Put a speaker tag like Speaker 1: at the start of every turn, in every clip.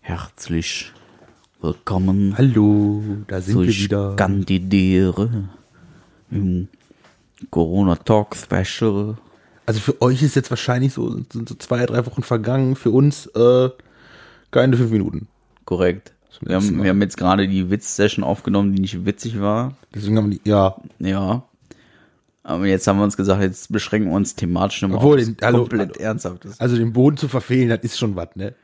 Speaker 1: Herzlich willkommen
Speaker 2: Hallo, da sind
Speaker 1: zu
Speaker 2: wir wieder.
Speaker 1: Skandidiere im Corona Talk Special.
Speaker 2: Also für euch ist jetzt wahrscheinlich so, sind so zwei, drei Wochen vergangen. Für uns äh, keine fünf Minuten.
Speaker 1: Korrekt. Wir
Speaker 2: letzten
Speaker 1: haben,
Speaker 2: Mal.
Speaker 1: wir haben jetzt gerade die Witz-Session aufgenommen, die nicht witzig war.
Speaker 2: Deswegen haben wir die, ja.
Speaker 1: Ja. Aber jetzt haben wir uns gesagt, jetzt beschränken wir uns thematisch nochmal
Speaker 2: Obwohl,
Speaker 1: aufs
Speaker 2: den- hallo,
Speaker 1: komplett
Speaker 2: hallo.
Speaker 1: Ernsthaftes.
Speaker 2: Also den Boden zu verfehlen, das ist schon was, ne?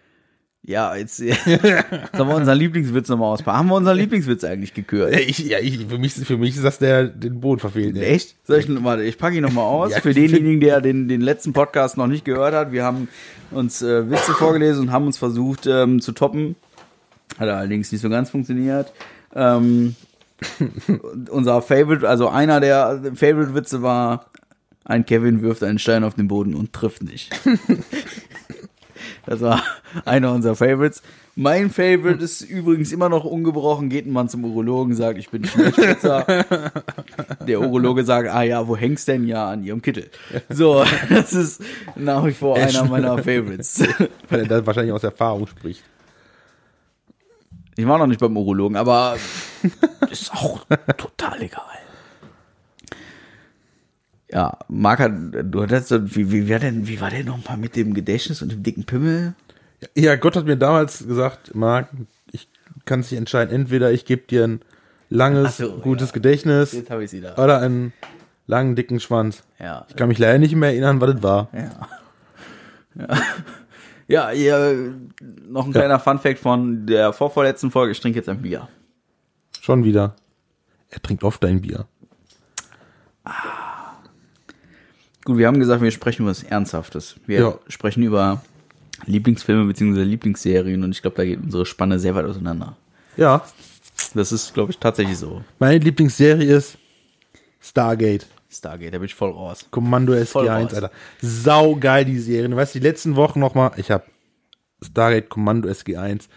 Speaker 1: Ja, jetzt, jetzt haben wir unseren Lieblingswitz nochmal auspacken. Haben wir unseren Lieblingswitz eigentlich gekürt?
Speaker 2: Äh, Ich, ja, ich, für, mich, für mich ist das der, den Boden verfehlen. ne?
Speaker 1: Echt? Soll ich, warte, ich packe ihn nochmal aus.
Speaker 2: Ja,
Speaker 1: Für denjenigen, der den, den letzten Podcast noch nicht gehört hat, wir haben uns äh, Witze vorgelesen und haben uns versucht ähm, zu toppen. Hat allerdings nicht so ganz funktioniert. Ähm, unser Favorite, also einer der Favorite-Witze war, ein Kevin wirft einen Stein auf den Boden und trifft nicht. Das war einer unserer Favorites. Mein Favorite ist übrigens immer noch ungebrochen. Geht ein Mann zum Urologen, sagt, ich bin Schnellspitzer. Der Urologe sagt, ah ja, wo hängst denn ja an ihrem Kittel? So, das ist nach wie vor einer meiner Favorites.
Speaker 2: Weil er da wahrscheinlich aus Erfahrung spricht.
Speaker 1: Ich war noch nicht beim Urologen, aber ist auch total egal. Ja, Marc, du hattest, so- wie, wie, war denn, wie war der nochmal mit dem Gedächtnis und dem dicken Pimmel?
Speaker 2: Ja, Gott hat mir damals gesagt, Marc, ich kann sich entscheiden, entweder ich gebe dir ein langes,
Speaker 1: Ach so,
Speaker 2: gutes Gedächtnis
Speaker 1: Jetzt habe ich sie da.
Speaker 2: oder einen langen, dicken Schwanz.
Speaker 1: Ja.
Speaker 2: Ich kann mich leider nicht mehr erinnern, was das war.
Speaker 1: Ja. Ja, ja ihr, noch ein kleiner Funfact von der vorvorletzten Folge. Ich trinke jetzt ein Bier.
Speaker 2: Schon wieder. Er trinkt oft dein Bier.
Speaker 1: Gut, wir haben gesagt, wir sprechen über was Ernsthaftes. Wir
Speaker 2: Ja.
Speaker 1: sprechen über Lieblingsfilme bzw. Lieblingsserien und ich glaube, da geht unsere Spanne sehr weit auseinander.
Speaker 2: Ja,
Speaker 1: Das ist, glaube ich, tatsächlich so.
Speaker 2: Meine Lieblingsserie ist Stargate.
Speaker 1: Stargate, da bin ich voll raus.
Speaker 2: Kommando
Speaker 1: Voll
Speaker 2: SG1,
Speaker 1: raus.
Speaker 2: Alter. Saugeil, die Serien. Du weißt, die letzten Wochen nochmal, ich habe Stargate Kommando SG1.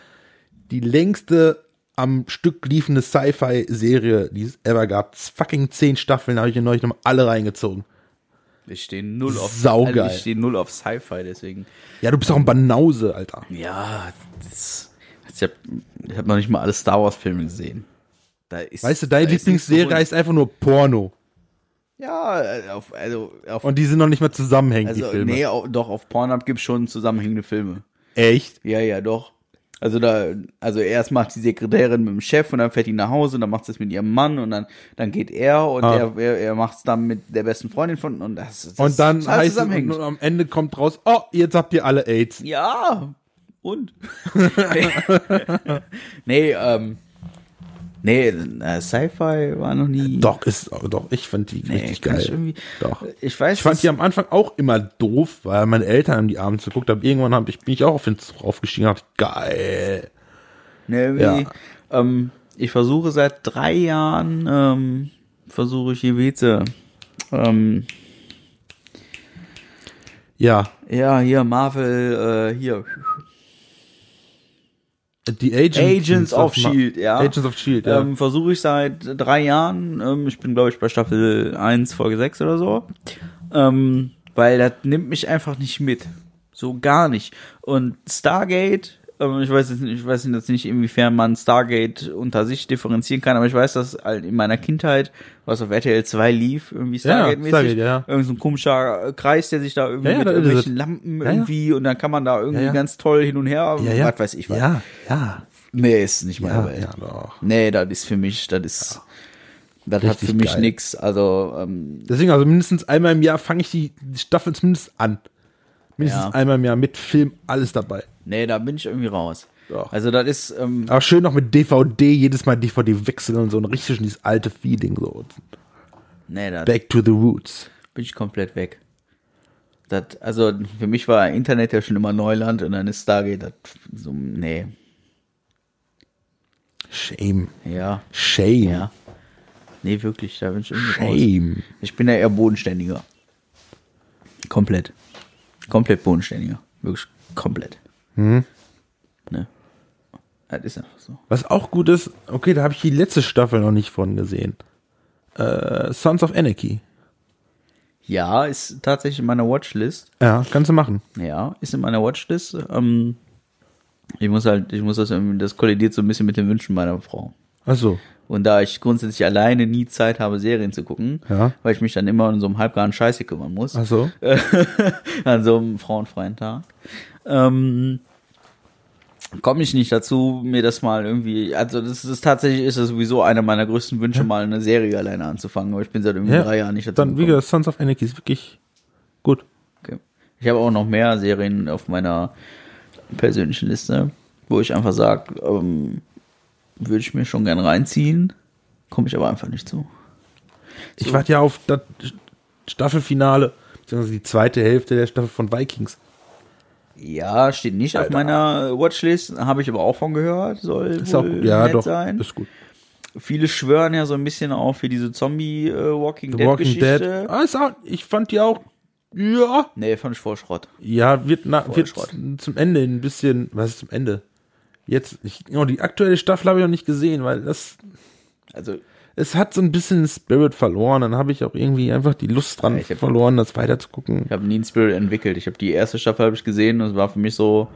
Speaker 2: Die längste am Stück liefende Sci-Fi-Serie, die es ever gab. Fucking zehn Staffeln habe ich in euch nochmal alle reingezogen.
Speaker 1: Ich stehe null auf
Speaker 2: Saugeil.
Speaker 1: Also ich stehe null auf Sci-Fi, deswegen.
Speaker 2: Ja, du bist auch ein Banause, Alter.
Speaker 1: Ja, das, ich habe ich hab noch nicht mal alle Star Wars Filme gesehen. Da ist,
Speaker 2: Weißt du,
Speaker 1: da
Speaker 2: deine
Speaker 1: ist nichts
Speaker 2: Lieblingsserie
Speaker 1: verbunden.
Speaker 2: heißt einfach nur Porno.
Speaker 1: Ja, äh, auf, also auf
Speaker 2: Und die sind noch nicht mal zusammenhängend, die
Speaker 1: also
Speaker 2: Filme.
Speaker 1: nee, au- doch auf Pornhub gibt's schon zusammenhängende Filme.
Speaker 2: Echt?
Speaker 1: Ja, ja, doch. Also da, also erst macht die Sekretärin mit dem Chef und dann fährt die nach Hause und dann macht sie es mit ihrem Mann und dann, dann geht er und
Speaker 2: Ah.
Speaker 1: er, er, er macht es dann mit der besten Freundin von und das, das
Speaker 2: Und dann
Speaker 1: ist alles
Speaker 2: heißt es,
Speaker 1: zusammenhängend.
Speaker 2: und am Ende kommt raus, oh, jetzt habt ihr alle AIDS.
Speaker 1: Ja, und? nee, ähm, nee, äh, Sci-Fi war noch nie.
Speaker 2: Doch, ist, doch, ich fand die
Speaker 1: nee,
Speaker 2: richtig
Speaker 1: kann
Speaker 2: geil.
Speaker 1: Ich, irgendwie,
Speaker 2: Doch.
Speaker 1: ich weiß
Speaker 2: Ich fand
Speaker 1: dass-
Speaker 2: die am Anfang auch immer doof, weil meine Eltern haben die abends geguckt haben. Irgendwann hab ich, bin ich auch auf den Zug aufgestiegen und hab geil.
Speaker 1: Nee, irgendwie, ähm, ich versuche seit drei Jahren, ähm, versuche ich Jeweze. Ähm,
Speaker 2: Ja,
Speaker 1: ja, hier, Marvel, äh, hier.
Speaker 2: die Agents,
Speaker 1: Agents of
Speaker 2: Ma-
Speaker 1: Shield, E ja.
Speaker 2: Agents of Shield, E ja.
Speaker 1: Ähm, versuche ich seit drei Jahren. Ähm, ich bin, glaube ich, bei Staffel 1, Folge 6 oder so. Ähm, weil das nimmt mich einfach nicht mit. So gar nicht. Und Stargate, ähm, ich weiß jetzt nicht, ich weiß jetzt nicht, inwiefern man Stargate unter sich differenzieren kann, aber ich weiß, dass halt in meiner Kindheit, was auf RTL 2 lief, irgendwie Stargate-mäßig,
Speaker 2: Stargate, ja.
Speaker 1: irgend so ein komischer äh, Kreis, der sich da irgendwie
Speaker 2: Ja, ja,
Speaker 1: mit
Speaker 2: das ist
Speaker 1: irgendwelchen
Speaker 2: es.
Speaker 1: Lampen
Speaker 2: Ja, ja.
Speaker 1: irgendwie und dann kann man da irgendwie
Speaker 2: Ja, ja.
Speaker 1: ganz toll hin und her,
Speaker 2: ja, ja.
Speaker 1: was weiß ich was.
Speaker 2: Ja, ja.
Speaker 1: Nee, ist nicht meine
Speaker 2: Ja,
Speaker 1: Welt.
Speaker 2: ja, doch.
Speaker 1: Nee, das ist für mich, das ist, das hat
Speaker 2: Richtig
Speaker 1: für mich
Speaker 2: geil.
Speaker 1: nix. Also, ähm,
Speaker 2: Deswegen, also mindestens einmal im Jahr fange ich die Staffel zumindest an. Mindestens
Speaker 1: Ja.
Speaker 2: einmal im Jahr mit Film, alles dabei.
Speaker 1: nee, da bin ich irgendwie raus.
Speaker 2: Doch.
Speaker 1: Also, das ist, ähm,
Speaker 2: Aber schön noch mit DVD, jedes Mal DVD wechseln und so ein richtig schön dieses alte Feeling so.
Speaker 1: nee, da bin
Speaker 2: Back to the Roots.
Speaker 1: ich komplett weg. Das, also, für mich war Internet ja schon immer Neuland und dann ist Stargate, das, so, nee,
Speaker 2: Shame.
Speaker 1: ja,
Speaker 2: Shame.
Speaker 1: ja. Nee, wirklich, da bin ich irgendwie raus.
Speaker 2: Shame.
Speaker 1: Ich bin ja eher bodenständiger. Komplett. Komplett bodenständiger. Wirklich komplett. Hm. Ne. Das ist einfach so.
Speaker 2: Was auch gut ist, okay, da habe ich die letzte Staffel noch nicht von gesehen. Äh, Sons of Anarchy.
Speaker 1: Ja, ist tatsächlich in meiner Watchlist.
Speaker 2: Ja, kannst du machen.
Speaker 1: Ja, ist in meiner Watchlist. Ähm, Ich muss halt, ich muss das irgendwie, das kollidiert so ein bisschen mit den Wünschen meiner Frau.
Speaker 2: Ach so.
Speaker 1: Und da ich grundsätzlich alleine nie Zeit habe, Serien zu gucken,
Speaker 2: Ja.
Speaker 1: weil ich mich dann immer um so einem halbgaren Scheiß hier kümmern muss,
Speaker 2: Ach so.
Speaker 1: an so einem frauenfreien Tag, ähm, komme ich nicht dazu, mir das mal irgendwie, also das ist tatsächlich, ist das sowieso einer meiner größten Wünsche, mal eine Serie alleine anzufangen, aber ich bin seit irgendwie drei Jahren nicht dazu
Speaker 2: Dann, wie
Speaker 1: gekommen.
Speaker 2: gesagt, Sons of Anarchy ist wirklich gut.
Speaker 1: Okay. Ich habe auch noch mehr Serien auf meiner persönlichen Liste, wo ich einfach sage, ähm, würde ich mir schon gern reinziehen, komme ich aber einfach nicht zu.
Speaker 2: Ich warte ja auf das Staffelfinale, beziehungsweise die zweite Hälfte der Staffel von Vikings.
Speaker 1: Ja, steht nicht auf
Speaker 2: Alter.
Speaker 1: meiner äh, Watchlist, habe ich aber auch von gehört, soll
Speaker 2: Ist
Speaker 1: wohl
Speaker 2: auch gut. Ja,
Speaker 1: nett
Speaker 2: doch.
Speaker 1: sein.
Speaker 2: Ist gut.
Speaker 1: Viele schwören ja so ein bisschen auf für diese Zombie äh, Walking
Speaker 2: The
Speaker 1: Dead
Speaker 2: Walking
Speaker 1: Geschichte.
Speaker 2: Dead. Ah, ist auch, ich fand die auch. Ja.
Speaker 1: Nee, fand ich voll Schrott.
Speaker 2: Ja, wird, na, wird
Speaker 1: Schrott.
Speaker 2: zum Ende ein bisschen. Was ist zum Ende? Jetzt, ich, oh, die aktuelle Staffel habe ich noch nicht gesehen, weil das.
Speaker 1: Also
Speaker 2: Es hat so ein bisschen den Spirit verloren. Dann habe ich auch irgendwie einfach die Lust dran
Speaker 1: Ja, ich hab-
Speaker 2: verloren, das weiterzugucken.
Speaker 1: Ich habe nie einen Spirit entwickelt. Ich habe die erste Staffel habe ich gesehen und es war für mich so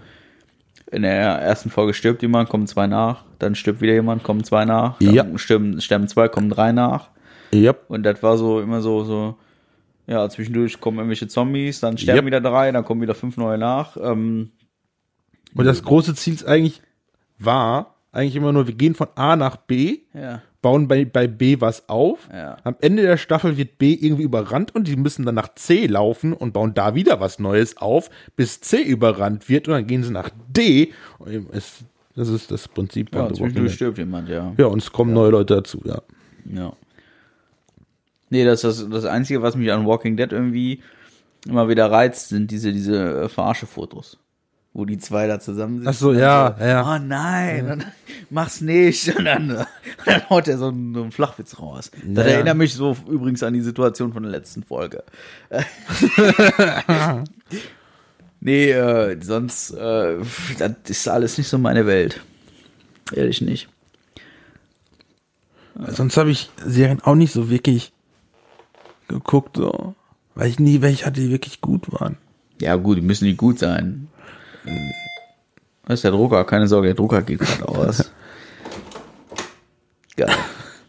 Speaker 1: in der ersten Folge stirbt jemand, kommen zwei nach, dann stirbt wieder jemand, kommen zwei nach, dann
Speaker 2: Ja.
Speaker 1: stirben, sterben zwei, kommen drei nach
Speaker 2: Yep.
Speaker 1: und das war so immer so so ja, zwischendurch kommen irgendwelche Zombies, dann sterben
Speaker 2: Yep.
Speaker 1: wieder drei, dann kommen wieder fünf neue nach. Ähm,
Speaker 2: Und das große Ziel ist eigentlich, war eigentlich immer nur, wir gehen von A nach B,
Speaker 1: ja.
Speaker 2: bauen bei, bei B was auf.
Speaker 1: Ja.
Speaker 2: Am Ende der Staffel wird B irgendwie überrannt und die müssen dann nach C laufen und bauen da wieder was Neues auf, bis C überrannt wird und dann gehen sie nach D. Und eben ist- Das ist das Prinzip.
Speaker 1: Ja,
Speaker 2: von The Walking
Speaker 1: zwischendurch
Speaker 2: Dead.
Speaker 1: stirbt jemand, ja.
Speaker 2: ja, und es kommen neue Leute dazu, ja.
Speaker 1: Ja. Nee, das ist das, das Einzige, was mich an Walking Dead irgendwie immer wieder reizt, sind diese, diese äh, Verarsche-Fotos. Wo die zwei da zusammen sind.
Speaker 2: Ach so, ja, ja.
Speaker 1: Oh nein, und dann, mach's nicht. Und dann, äh, und dann haut er so einen, so einen Flachwitz raus. Das
Speaker 2: Ja.
Speaker 1: erinnert mich so übrigens an die Situation von der letzten Folge. nee, äh, sonst, äh, das ist alles nicht so meine Welt. Ehrlich nicht.
Speaker 2: Sonst habe ich Serien auch nicht so wirklich geguckt, so. Weil ich nie welche hatte, die wirklich gut waren.
Speaker 1: Ja, gut, die müssen nicht gut sein. Was ist der Drucker? Keine Sorge, der Drucker geht gerade aus. Geil.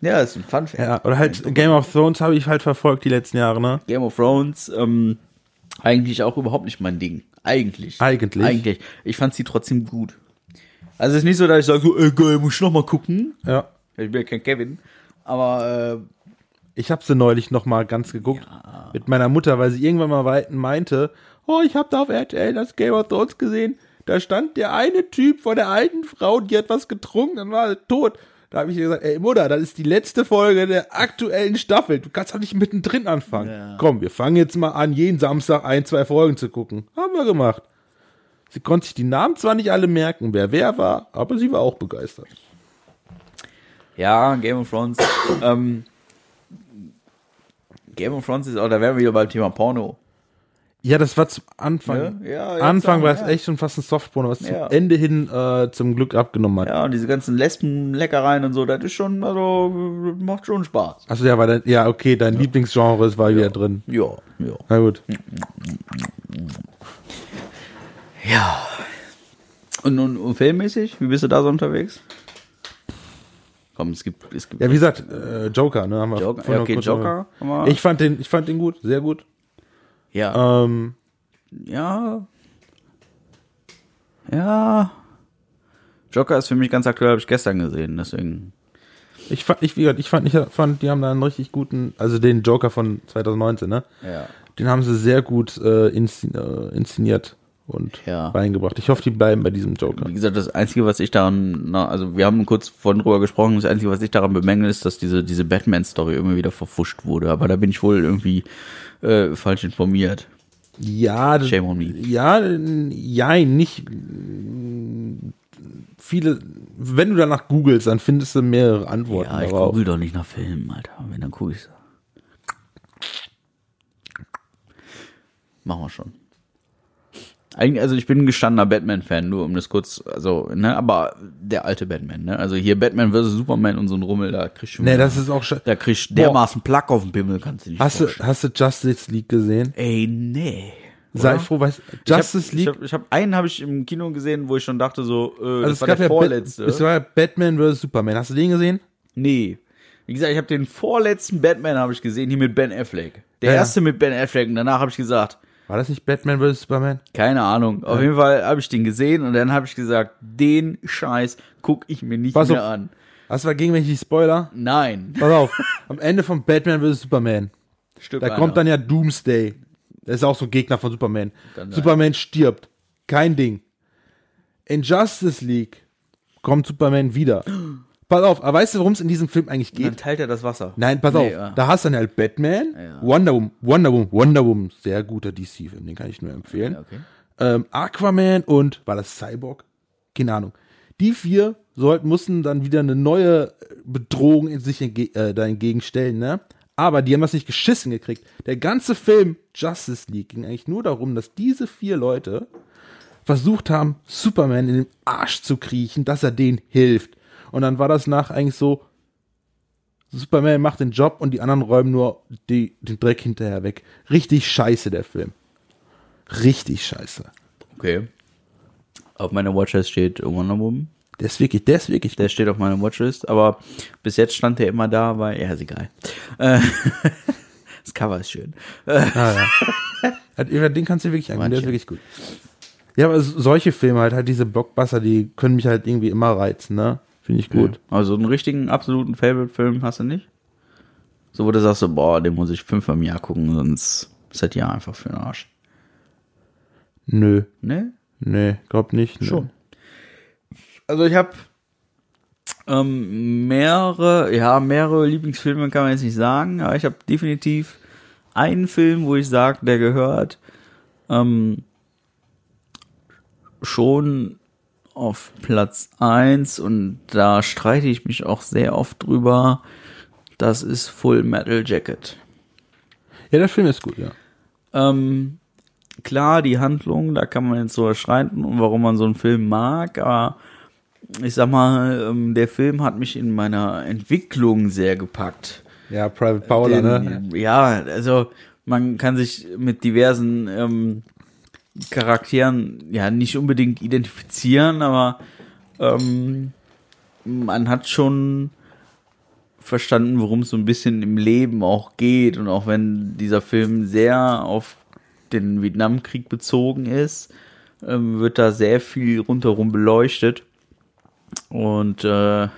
Speaker 1: Ja, ist ein Fun Fact.
Speaker 2: Ja, oder halt Game of Thrones habe ich halt verfolgt die letzten Jahre, ne?
Speaker 1: Game of Thrones, ähm, eigentlich auch überhaupt nicht mein Ding. Eigentlich.
Speaker 2: Eigentlich?
Speaker 1: Eigentlich. Ich fand sie trotzdem gut. Also es ist nicht so, dass ich sage, so, ey, geil, muss ich nochmal gucken.
Speaker 2: Ja.
Speaker 1: Ich bin ja kein Kevin. Aber,
Speaker 2: Ich habe sie neulich noch mal ganz geguckt mit meiner Mutter, weil sie irgendwann mal wei- meinte, oh, ich habe da auf RTL das Game of Thrones gesehen. Da stand der eine Typ von der alten Frau, die hat was getrunken, dann war sie tot. Da habe ich ihr gesagt, ey Mutter, das ist die letzte Folge der aktuellen Staffel. Du kannst doch nicht mittendrin anfangen.
Speaker 1: Ja.
Speaker 2: Komm, wir fangen jetzt mal an, jeden Samstag ein, zwei Folgen zu gucken. Haben wir gemacht. Sie konnte sich die Namen zwar nicht alle merken, wer wer war, aber sie war auch begeistert.
Speaker 1: äh, ja, Game of Thrones, ähm, Game of Thrones ist auch, da wären wir wieder beim Thema Porno.
Speaker 2: Ja, das war zum Anfang.
Speaker 1: Ne? Ja, jetzt
Speaker 2: Anfang
Speaker 1: auch,
Speaker 2: war es
Speaker 1: ja.
Speaker 2: echt schon fast ein Softporno, was
Speaker 1: Ja.
Speaker 2: zum Ende hin äh, zum Glück abgenommen hat.
Speaker 1: Ja, und diese ganzen Lesbenleckereien und so, das ist schon, also, macht schon Spaß.
Speaker 2: Achso, ja, war dein, ja, okay, dein Lieblingsgenre ist war wieder drin.
Speaker 1: Ja, ja.
Speaker 2: Na gut.
Speaker 1: Ja. Und, und, und filmmäßig, wie bist du da so unterwegs? Komm, es gibt, es gibt
Speaker 2: Ja, wie gesagt, äh, Joker, ne? Haben wir
Speaker 1: Joker,
Speaker 2: vorhin
Speaker 1: ja, okay,
Speaker 2: kurz
Speaker 1: Joker
Speaker 2: drüber-
Speaker 1: haben wir-
Speaker 2: Ich fand den, ich fand den gut, sehr gut.
Speaker 1: ja,
Speaker 2: Ähm,
Speaker 1: ja, ja. Joker ist für mich ganz aktuell, habe ich gestern gesehen, deswegen.
Speaker 2: ich fand, ich, wie gesagt, ich fand, ich fand, die haben da einen richtig guten, also den Joker von 2019, ne?
Speaker 1: Ja.
Speaker 2: Den haben sie sehr gut äh, inszen äh, inszeniert und
Speaker 1: Ja.
Speaker 2: reingebracht. Ich hoffe, die bleiben bei diesem Joker.
Speaker 1: Wie gesagt, das Einzige, was ich daran, na, also wir haben kurz vorhin drüber gesprochen, das Einzige, was ich daran bemängel, ist, dass diese, diese Batman-Story irgendwie wieder verfuscht wurde. Aber da bin ich wohl irgendwie äh, falsch informiert.
Speaker 2: Ja, das-
Speaker 1: Shame on me.
Speaker 2: Ja, jein, nicht viele, wenn du danach googelst, dann findest du mehrere Antworten
Speaker 1: Ja, ich
Speaker 2: darauf.
Speaker 1: google doch nicht nach Filmen, Alter. Wenn, dann gucke ich Machen wir schon. Eigentlich, also ich bin ein gestandener Batman-Fan, nur um das kurz, also, ne, aber der alte Batman, ne? Also hier Batman vs. Superman und so ein Rummel, da kriegst du.
Speaker 2: Nee, Ne, das ist auch schon.
Speaker 1: da kriegst du dermaßen Plack auf den Pimmel, kannst du nicht
Speaker 2: Hast du,
Speaker 1: vorstellen.
Speaker 2: hast du Justice League gesehen?
Speaker 1: Ey, nee.
Speaker 2: Sei froh, weißt Justice
Speaker 1: ich
Speaker 2: League.
Speaker 1: hab, ich hab, einen habe ich im Kino gesehen, wo ich schon dachte so, äh,
Speaker 2: also
Speaker 1: das
Speaker 2: es
Speaker 1: war
Speaker 2: gab
Speaker 1: der
Speaker 2: ja Bat-
Speaker 1: vorletzte.
Speaker 2: Es war ja Batman vs. Superman. Hast du den gesehen?
Speaker 1: nee. Wie gesagt, ich habe den vorletzten Batman habe ich gesehen, hier mit Ben Affleck. Der
Speaker 2: Ja, ja.
Speaker 1: erste mit Ben Affleck und danach habe ich gesagt,
Speaker 2: War das nicht Batman vs. Superman?
Speaker 1: keine Ahnung. Auf jeden Fall habe ich den gesehen und dann habe ich gesagt, den Scheiß guck ich mir nicht
Speaker 2: Pass
Speaker 1: mehr
Speaker 2: auf.
Speaker 1: an.
Speaker 2: Hast du gegen welche Spoiler?
Speaker 1: Nein.
Speaker 2: Pass auf, am Ende von Batman vs. Superman,
Speaker 1: Stirb
Speaker 2: da
Speaker 1: einer.
Speaker 2: kommt dann ja Doomsday. Das ist auch so ein Gegner von Superman.
Speaker 1: Kann sein.
Speaker 2: Superman stirbt. Kein Ding. In Justice League kommt Superman wieder. Pass auf, aber weißt du, worum es in diesem Film eigentlich
Speaker 1: Und
Speaker 2: geht?
Speaker 1: dann teilt er das Wasser.
Speaker 2: Nein, pass
Speaker 1: Nee,
Speaker 2: auf.
Speaker 1: ja.
Speaker 2: Da hast du dann halt Batman,
Speaker 1: Ja.
Speaker 2: Wonder Woman, Wonder Woman, Wonder Woman, sehr guter DC-Film, den kann ich nur empfehlen.
Speaker 1: Ja, okay.
Speaker 2: Ähm, Aquaman und war das Cyborg? Keine Ahnung. Die vier sollten, mussten dann wieder eine neue Bedrohung in sich entge äh, da entgegenstellen, ne? Aber die haben das nicht geschissen gekriegt. Der ganze Film Justice League ging eigentlich nur darum, dass diese vier Leute versucht haben, Superman in den Arsch zu kriechen, dass er denen hilft. Und dann war das nach eigentlich so, Superman macht den Job und die anderen räumen nur die, den Dreck hinterher weg. Richtig scheiße, der Film. Richtig scheiße.
Speaker 1: Okay. Auf meiner Watchlist steht Wonder Woman.
Speaker 2: Der ist wirklich, der ist wirklich.
Speaker 1: Der steht auf meiner Watchlist, aber bis jetzt stand der immer da, weil, ja, ist egal. Äh, das Cover ist schön. Äh,
Speaker 2: ah, Hat- über Den kannst du wirklich angucken, der ist
Speaker 1: Manche.
Speaker 2: wirklich gut. Ja, aber so- solche Filme halt, halt diese Blockbuster, die können mich halt irgendwie immer reizen, ne? Finde ich gut.
Speaker 1: Also einen richtigen, absoluten Favorite-Film hast du nicht? So, wo du sagst, so, boah, den muss ich fünfmal im Jahr gucken, sonst ist das Jahr einfach für den Arsch.
Speaker 2: Nö,
Speaker 1: Ne?
Speaker 2: nee, glaub nicht. Nö.
Speaker 1: Schon. Also ich habe ähm, mehrere, ja, mehrere Lieblingsfilme kann man jetzt nicht sagen, aber ich habe definitiv einen Film, wo ich sage, der gehört ähm, schon auf Platz 1 und da streite ich mich auch sehr oft drüber. Das ist Full Metal Jacket.
Speaker 2: Ja, der Film ist gut, ja.
Speaker 1: Ähm, klar, die Handlung, da kann man jetzt so erschreiten und warum man so einen Film mag, aber ich sag mal, ähm, der Film hat mich in meiner Entwicklung sehr gepackt.
Speaker 2: Ja, Private Paula, ne?
Speaker 1: Den- Ja, also man kann sich mit diversen ähm, Charakteren ja nicht unbedingt identifizieren, aber ähm, man hat schon verstanden, worum es so ein bisschen im Leben auch geht. Und auch wenn dieser Film sehr auf den Vietnamkrieg bezogen ist, ähm, wird da sehr viel rundherum beleuchtet. Und äh,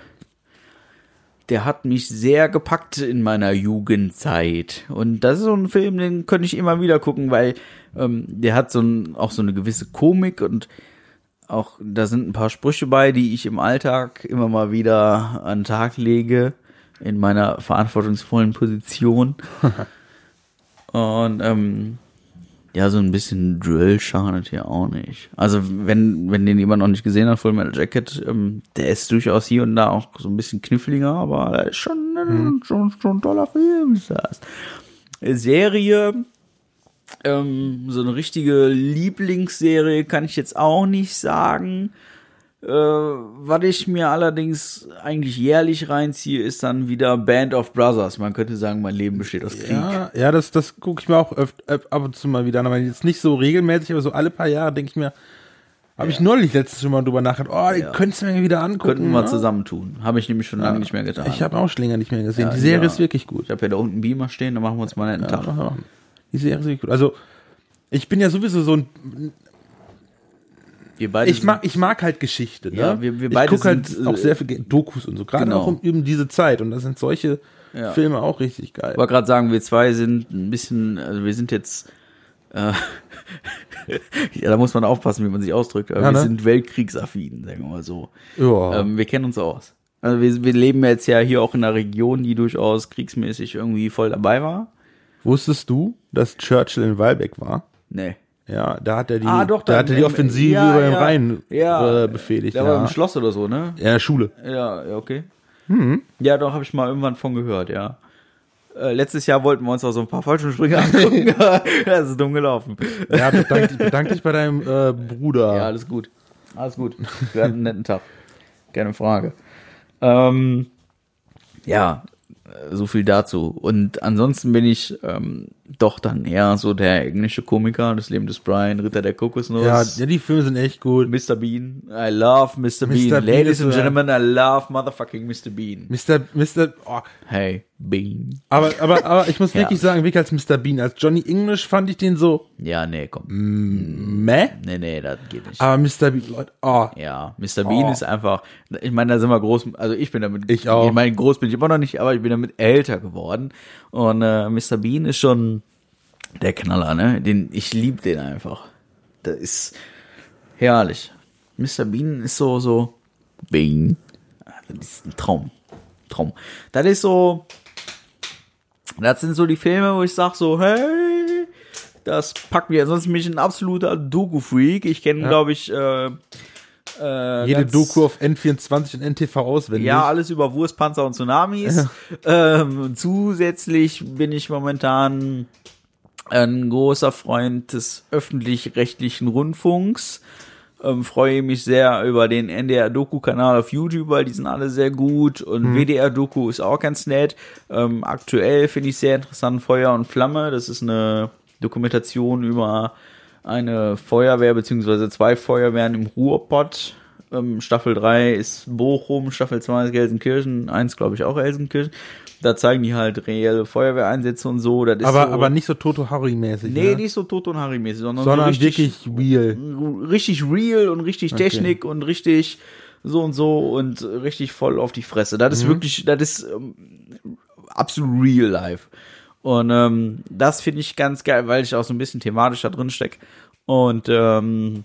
Speaker 1: der hat mich sehr gepackt in meiner Jugendzeit. Und das ist so ein Film, den könnte ich immer wieder gucken, weil ähm, der hat so ein, auch so eine gewisse Komik und auch da sind ein paar Sprüche bei, die ich im Alltag immer mal wieder an den Tag lege, in meiner verantwortungsvollen Position. und ähm, ja, so ein bisschen Drill schadet ja auch nicht. Also, wenn, wenn den jemand noch nicht gesehen hat, Full Metal Jacket, ähm, der ist durchaus hier und da auch so ein bisschen kniffliger, aber der ist schon, schon, schon ein toller Film. Ist das. Serie, ähm, so eine richtige Lieblingsserie kann ich jetzt auch nicht sagen. Äh, was ich mir allerdings eigentlich jährlich reinziehe, ist dann wieder Band of Brothers. Man könnte sagen, mein Leben besteht aus Krieg.
Speaker 2: Ja, ja, das, das gucke ich mir auch öft, öf- ab und zu mal wieder an, aber jetzt nicht so regelmäßig, aber so alle paar Jahre denke ich mir, habe ich neulich letztens schon mal drüber nachgedacht, oh, die
Speaker 1: Ja.
Speaker 2: könntest du mir wieder angucken.
Speaker 1: Könnten wir mal
Speaker 2: ne?
Speaker 1: zusammentun. Habe ich nämlich schon lange nicht mehr getan.
Speaker 2: Ich habe auch schon länger nicht mehr gesehen.
Speaker 1: Ja,
Speaker 2: die Serie
Speaker 1: ja.
Speaker 2: ist wirklich gut.
Speaker 1: Ich habe ja da unten einen Beamer stehen, da machen wir uns mal einen
Speaker 2: Ja,
Speaker 1: Tag.
Speaker 2: machen wir. Die Serie ist wirklich gut. Also, ich bin ja sowieso so ein.
Speaker 1: Wir beide
Speaker 2: Ich mag, ich mag halt Geschichte, ne?
Speaker 1: Ja, wir- wir beide
Speaker 2: ich gucke halt
Speaker 1: sind, äh,
Speaker 2: auch sehr viel Ge- Dokus und so. Gerade
Speaker 1: genau.
Speaker 2: auch um, eben diese Zeit. Und da sind solche
Speaker 1: Ja.
Speaker 2: Filme auch richtig geil.
Speaker 1: Ich wollte gerade sagen, wir zwei sind ein bisschen, also wir sind jetzt, äh, ja, da muss man aufpassen, wie man sich ausdrückt, aber
Speaker 2: Ja,
Speaker 1: wir
Speaker 2: ne?
Speaker 1: sind weltkriegsaffin, sagen wir mal so.
Speaker 2: ja.
Speaker 1: Ähm, wir kennen uns aus. Also wir, wir leben jetzt ja hier auch in einer Region, die durchaus kriegsmäßig irgendwie voll dabei war.
Speaker 2: Wusstest du, dass Churchill in Walbeck war?
Speaker 1: Nee.
Speaker 2: Ja, da hat er die,
Speaker 1: Ah, doch,
Speaker 2: da
Speaker 1: dann
Speaker 2: hat er die
Speaker 1: im-
Speaker 2: Offensive
Speaker 1: ja,
Speaker 2: über den
Speaker 1: ja,
Speaker 2: Rhein
Speaker 1: ja.
Speaker 2: äh, befehligt.
Speaker 1: Der war
Speaker 2: Ja.
Speaker 1: im Schloss oder so, ne?
Speaker 2: ja, Schule.
Speaker 1: Ja, ja, okay.
Speaker 2: Mhm.
Speaker 1: Ja, doch, habe ich mal irgendwann von gehört, ja. Äh, letztes Jahr wollten wir uns auch so ein paar Fallschirmspringer angucken. das ist dumm gelaufen.
Speaker 2: Ja, bedank, dich- bedank dich bei deinem äh, Bruder.
Speaker 1: Ja, alles gut. Alles gut. Wir hatten einen netten Tag. Keine Frage. Ähm, ja, äh, so viel dazu. Und ansonsten bin ich ähm, doch dann eher so der englische Komiker, das Leben des Brian, Ritter der Kokosnuss.
Speaker 2: Ja, ja, die Filme sind echt gut.
Speaker 1: Mr. Bean, I love Mr. Bean.
Speaker 2: Bean
Speaker 1: Ladies
Speaker 2: ist
Speaker 1: and
Speaker 2: so ein-
Speaker 1: Gentlemen, I love motherfucking Mr. Bean.
Speaker 2: Mr. Mr. Oh,
Speaker 1: Hey, Bean.
Speaker 2: aber, aber, aber ich muss
Speaker 1: Ja.
Speaker 2: wirklich sagen, wirklich als Mr. Bean, als Johnny English fand ich den so,
Speaker 1: Ja, nee, komm.
Speaker 2: Mm. meh.
Speaker 1: Nee, nee, das geht nicht.
Speaker 2: Aber Mr. Bean, Leute, oh,
Speaker 1: Ja, Mr. Bean
Speaker 2: Ah. Oh.
Speaker 1: ist einfach, ich meine, da sind wir groß, also ich bin damit,
Speaker 2: Ich auch.
Speaker 1: Ich meine, groß bin ich immer noch nicht, aber ich bin damit älter geworden. Und äh, Mr. Bean ist schon der Knaller, ne? Den, ich liebe den einfach. Das ist herrlich. Mr. Bean ist so, so, Bean. Ah, Das ist ein Traum. Traum. Das ist so, das sind so die Filme, wo ich sag so, hey, das packt mich. Ansonsten bin ich ein absoluter Doku-Freak. Ich kenne, glaube ich, äh, äh,
Speaker 2: jede
Speaker 1: ganz-
Speaker 2: Doku auf N24 und NTV auswendig.
Speaker 1: Ja, alles über Wurstpanzer und Tsunamis. Ähm, zusätzlich bin ich momentan ein großer Freund des öffentlich-rechtlichen Rundfunks. Ähm, freue mich sehr über den NDR-Doku-Kanal auf YouTube, weil die sind alle sehr gut. Und
Speaker 2: Mhm.
Speaker 1: WDR-Doku ist auch ganz nett. Ähm, aktuell finde ich sehr interessant Feuer und Flamme. Das ist eine Dokumentation über eine Feuerwehr beziehungsweise zwei Feuerwehren im Ruhrpott. Ähm, Staffel 3 ist Bochum, Staffel 2 ist Gelsenkirchen, 1 glaube ich auch Gelsenkirchen. Da zeigen die halt reelle Feuerwehreinsätze und so. Das ist
Speaker 2: aber,
Speaker 1: so,
Speaker 2: aber nicht so Toto Harry-mäßig.
Speaker 1: Nee,
Speaker 2: ne?
Speaker 1: nicht so Toto und Harry-mäßig, sondern,
Speaker 2: sondern
Speaker 1: so richtig,
Speaker 2: wirklich real.
Speaker 1: richtig real und richtig Technik und richtig so und so und richtig voll auf die Fresse. Das ist wirklich, das ist ähm, absolut real life. Und ähm, das finde ich ganz geil, weil ich auch so ein bisschen thematisch da drin stecke. Und ähm,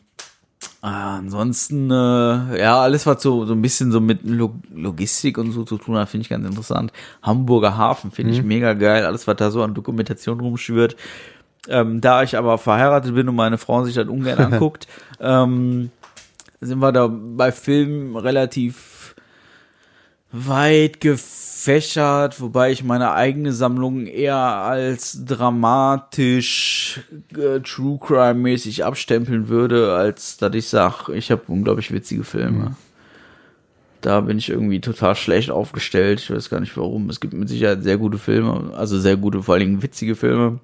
Speaker 1: Ah, ansonsten, äh, ja, alles, was so, so ein bisschen so mit Lo Logistik und so zu tun hat, finde ich ganz interessant. Hamburger Hafen finde ich mega geil. Alles, was da so an Dokumentation rumschwirrt. Ähm, da ich aber verheiratet bin und meine Frau sich das ungern anguckt, ähm, sind wir da bei Filmen relativ weit gefächert, wobei ich meine eigene Sammlung eher als dramatisch äh, True Crime mäßig abstempeln würde, als dass ich sage, ich habe unglaublich witzige Filme. Da bin ich irgendwie total schlecht aufgestellt. Ich weiß gar nicht warum. Es gibt mit Sicherheit sehr gute Filme, also sehr gute, vor allen Dingen witzige Filme.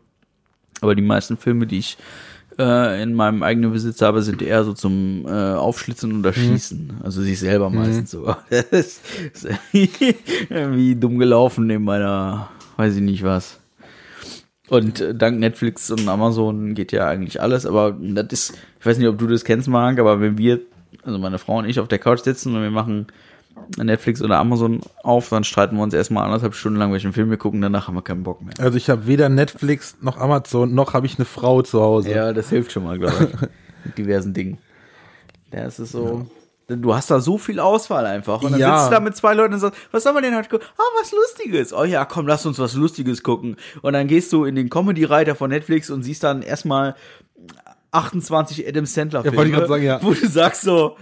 Speaker 1: Aber die meisten Filme, die ich äh, in meinem eigenen Besitz habe, sind eher so zum äh, Aufschlitzen oder Schießen. Also sich selber meistens sogar. Das ist irgendwie dumm gelaufen in meiner, weiß ich nicht was. Und äh, dank Netflix und Amazon geht ja eigentlich alles, aber das ist, ich weiß nicht, ob du das kennst, Marc, aber wenn wir, also meine Frau und ich auf der Couch sitzen und wir machen Netflix oder Amazon auf, dann streiten wir uns erstmal anderthalb Stunden lang, welchen Film wir gucken, danach haben wir keinen Bock mehr.
Speaker 2: Also ich habe weder Netflix noch Amazon, noch habe ich eine Frau zu Hause.
Speaker 1: Ja, das hilft schon mal, glaube ich. Mit diversen Dingen. Ja, es ist so. Du hast da so viel Auswahl einfach. Und dann
Speaker 2: Ja.
Speaker 1: sitzt du da mit zwei Leuten und sagst, was haben wir denn heute geguckt? Ah, was Lustiges. Oh ja, komm, lass uns was Lustiges gucken. Und dann gehst du in den Comedy-Reiter von Netflix und siehst dann erstmal 28 Adam Sandler-Filme.
Speaker 2: Ja, wollte ich grad sagen, ja.
Speaker 1: Wo du sagst so,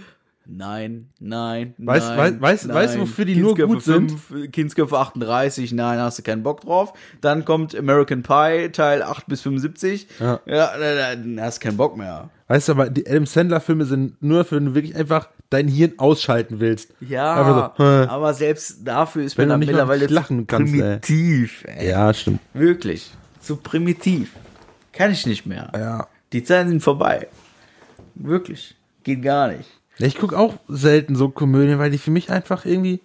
Speaker 1: nein, nein,
Speaker 2: Weißt-
Speaker 1: nein.
Speaker 2: wei- weißt-
Speaker 1: nein.
Speaker 2: weißt du, wofür die nur
Speaker 1: Kindsköpfe
Speaker 2: gut sind?
Speaker 1: 5, Kindsköpfe 38, nein, hast du keinen Bock drauf. Dann kommt American Pie, Teil 8 bis 75.
Speaker 2: Ja.
Speaker 1: ja da- da- da hast keinen Bock mehr.
Speaker 2: Weißt du, aber die Adam Sandler-Filme sind nur, wenn du wirklich einfach dein Hirn ausschalten willst.
Speaker 1: Ja,
Speaker 2: Einfach so, hä.
Speaker 1: aber selbst dafür ist man
Speaker 2: Wenn du
Speaker 1: dann
Speaker 2: nicht mal
Speaker 1: mittlerweile
Speaker 2: richtig lachen kannst, ey.
Speaker 1: primitiv. Ey.
Speaker 2: ja, stimmt.
Speaker 1: Wirklich, zu primitiv. Kann ich nicht mehr.
Speaker 2: Ja.
Speaker 1: Die Zeiten sind vorbei. Wirklich, geht gar nicht.
Speaker 2: Ich guck auch selten so Komödien, weil die für mich einfach irgendwie,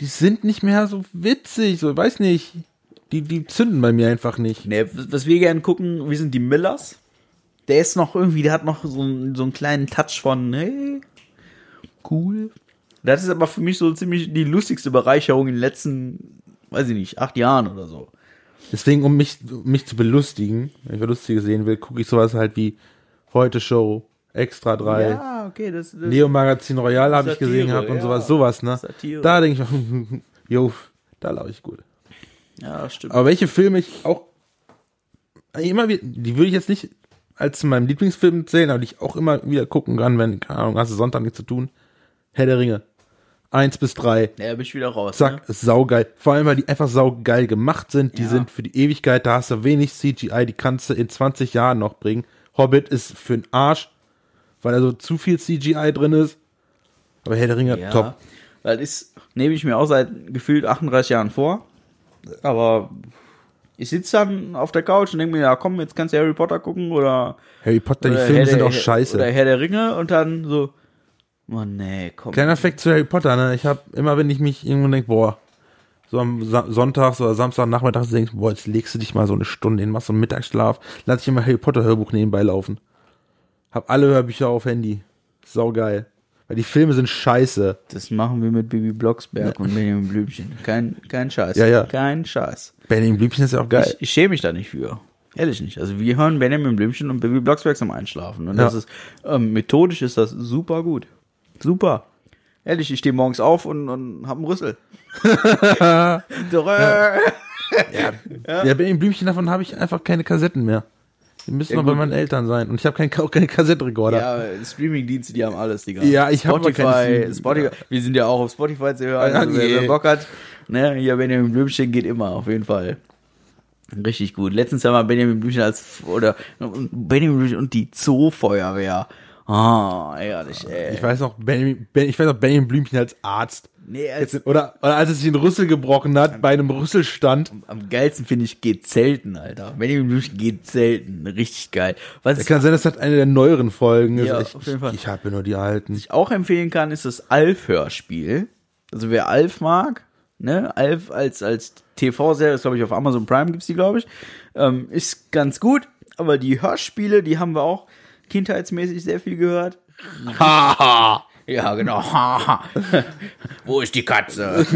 Speaker 2: die sind nicht mehr so witzig, so, weiß nicht. Die, die zünden bei mir einfach nicht.
Speaker 1: Nee, was was wir gerne gucken, wir sind die Millers. Der ist noch irgendwie, der hat noch so, einen- so einen kleinen Touch von, hey, cool. Das ist aber für mich so ziemlich die lustigste Bereicherung in den letzten, weiß ich nicht, acht Jahren oder so.
Speaker 2: Deswegen, um mich, um mich zu belustigen, wenn ich was Lustiges sehen will, gucke ich sowas halt wie Heute Show, Extra 3,
Speaker 1: Ja, okay, das, das
Speaker 2: Leo Magazin Royal habe ich
Speaker 1: Satire,
Speaker 2: gesehen gehabt und
Speaker 1: ja.
Speaker 2: sowas, sowas, ne?
Speaker 1: Satire.
Speaker 2: Da denke ich mir, jo, da laufe ich gut.
Speaker 1: ja, stimmt.
Speaker 2: Aber welche Filme ich auch immer wieder, die würde ich jetzt nicht als zu meinem Lieblingsfilm zählen, aber die ich auch immer wieder gucken kann, wenn, keine Ahnung, hast du Sonntag nichts zu tun. Herr der Ringe. Eins bis drei.
Speaker 1: ja, bin ich wieder raus. Ne?
Speaker 2: Zack, ist saugeil. Vor allem, weil die einfach saugeil gemacht sind. Die
Speaker 1: Ja.
Speaker 2: sind für die Ewigkeit, da hast du wenig CGI, die kannst du in 20 Jahren noch bringen. Hobbit ist für den Arsch, weil da so zu viel CGI drin ist. Aber Herr der Ringe,
Speaker 1: ne? Ja,
Speaker 2: top.
Speaker 1: Weil das ist- nehme ich mir auch seit gefühlt 38 Jahren vor. Aber Ich sitze dann auf der Couch und denke mir, ja komm, jetzt kannst du Harry Potter gucken oder,
Speaker 2: Harry Potter, die
Speaker 1: oder
Speaker 2: Filme
Speaker 1: Herr
Speaker 2: sind
Speaker 1: der-
Speaker 2: auch scheiße.
Speaker 1: Oder Herr der Ringe und dann so, Mann, nee, komm.
Speaker 2: Kleiner Fact zu Harry Potter, ne? Ich habe immer, wenn ich mich irgendwo denke, boah, so am Sa Sonntag oder Samstagnachmittag denkst, boah, jetzt legst du dich mal so eine Stunde hin, machst so einen Mittagsschlaf, lass ich immer Harry Potter Hörbuch nebenbei laufen. Hab alle Hörbücher auf Handy. Saugeil. Weil die Filme sind scheiße.
Speaker 1: Das machen wir mit Bibi Blocksberg und Benjamin Blümchen. Kein, kein Scheiß.
Speaker 2: Ja, ja.
Speaker 1: Kein Scheiß.
Speaker 2: Benjamin Blümchen ist ja auch geil.
Speaker 1: Ich, ich schäme mich da nicht für. Ehrlich nicht. Also wir hören Benjamin Blümchen und Bibi Blocksberg zum Einschlafen. Und
Speaker 2: Ja.
Speaker 1: das ist, ähm, methodisch ist das super gut. Super. Ehrlich, ich stehe morgens auf und, und hab einen Rüssel. Drrrr.
Speaker 2: ja. Benjamin Blümchen, davon habe ich einfach keine Kassetten mehr. Die müssen noch bei
Speaker 1: gut.
Speaker 2: meinen Eltern sein. Und ich habe kein, auch keinen Kassettenrekorder.
Speaker 1: Ja, Streamingdienste, die haben alles, Digga.
Speaker 2: Ja, ich hab mal keine
Speaker 1: Spotify,
Speaker 2: Stream- Ah,
Speaker 1: Spotify. Wir sind ja auch auf Spotify zu hören,
Speaker 2: Ja,
Speaker 1: also wer,
Speaker 2: yeah.
Speaker 1: wer Bock hat. Ne, hier Benjamin Blümchen geht immer, auf jeden Fall. Richtig gut. Letztens haben wir Benjamin Blümchen als, oder Benjamin Blümchen und die Zoofeuerwehr. Ah, ehrlich, ey.
Speaker 2: Ich weiß noch, Benjamin, ben, ich weiß noch Benjamin Blümchen als Arzt.
Speaker 1: Nee, also, als-
Speaker 2: Jetzt, oder, oder als er sich den Rüssel gebrochen hat, bei einem Rüsselstand.
Speaker 1: Am geilsten finde ich geht selten, Alter. Benjamin Blümchen geht selten. Richtig geil. Was
Speaker 2: Es
Speaker 1: ich
Speaker 2: kann sein, dass das eine der neueren Folgen ist.
Speaker 1: Ja,
Speaker 2: ich,
Speaker 1: auf jeden Fall.
Speaker 2: Ich, ich habe nur die alten.
Speaker 1: ich auch empfehlen kann, ist das Alf-Hörspiel. Also wer Alf mag, ne, Alf als, als TV-Serie, ist glaube ich auf Amazon Prime gibt's die, glaube ich, ähm, ist ganz gut. Aber die Hörspiele, die haben wir auch kindheitsmäßig sehr viel gehört. Haha. ja, genau. Haha. Wo ist die Katze?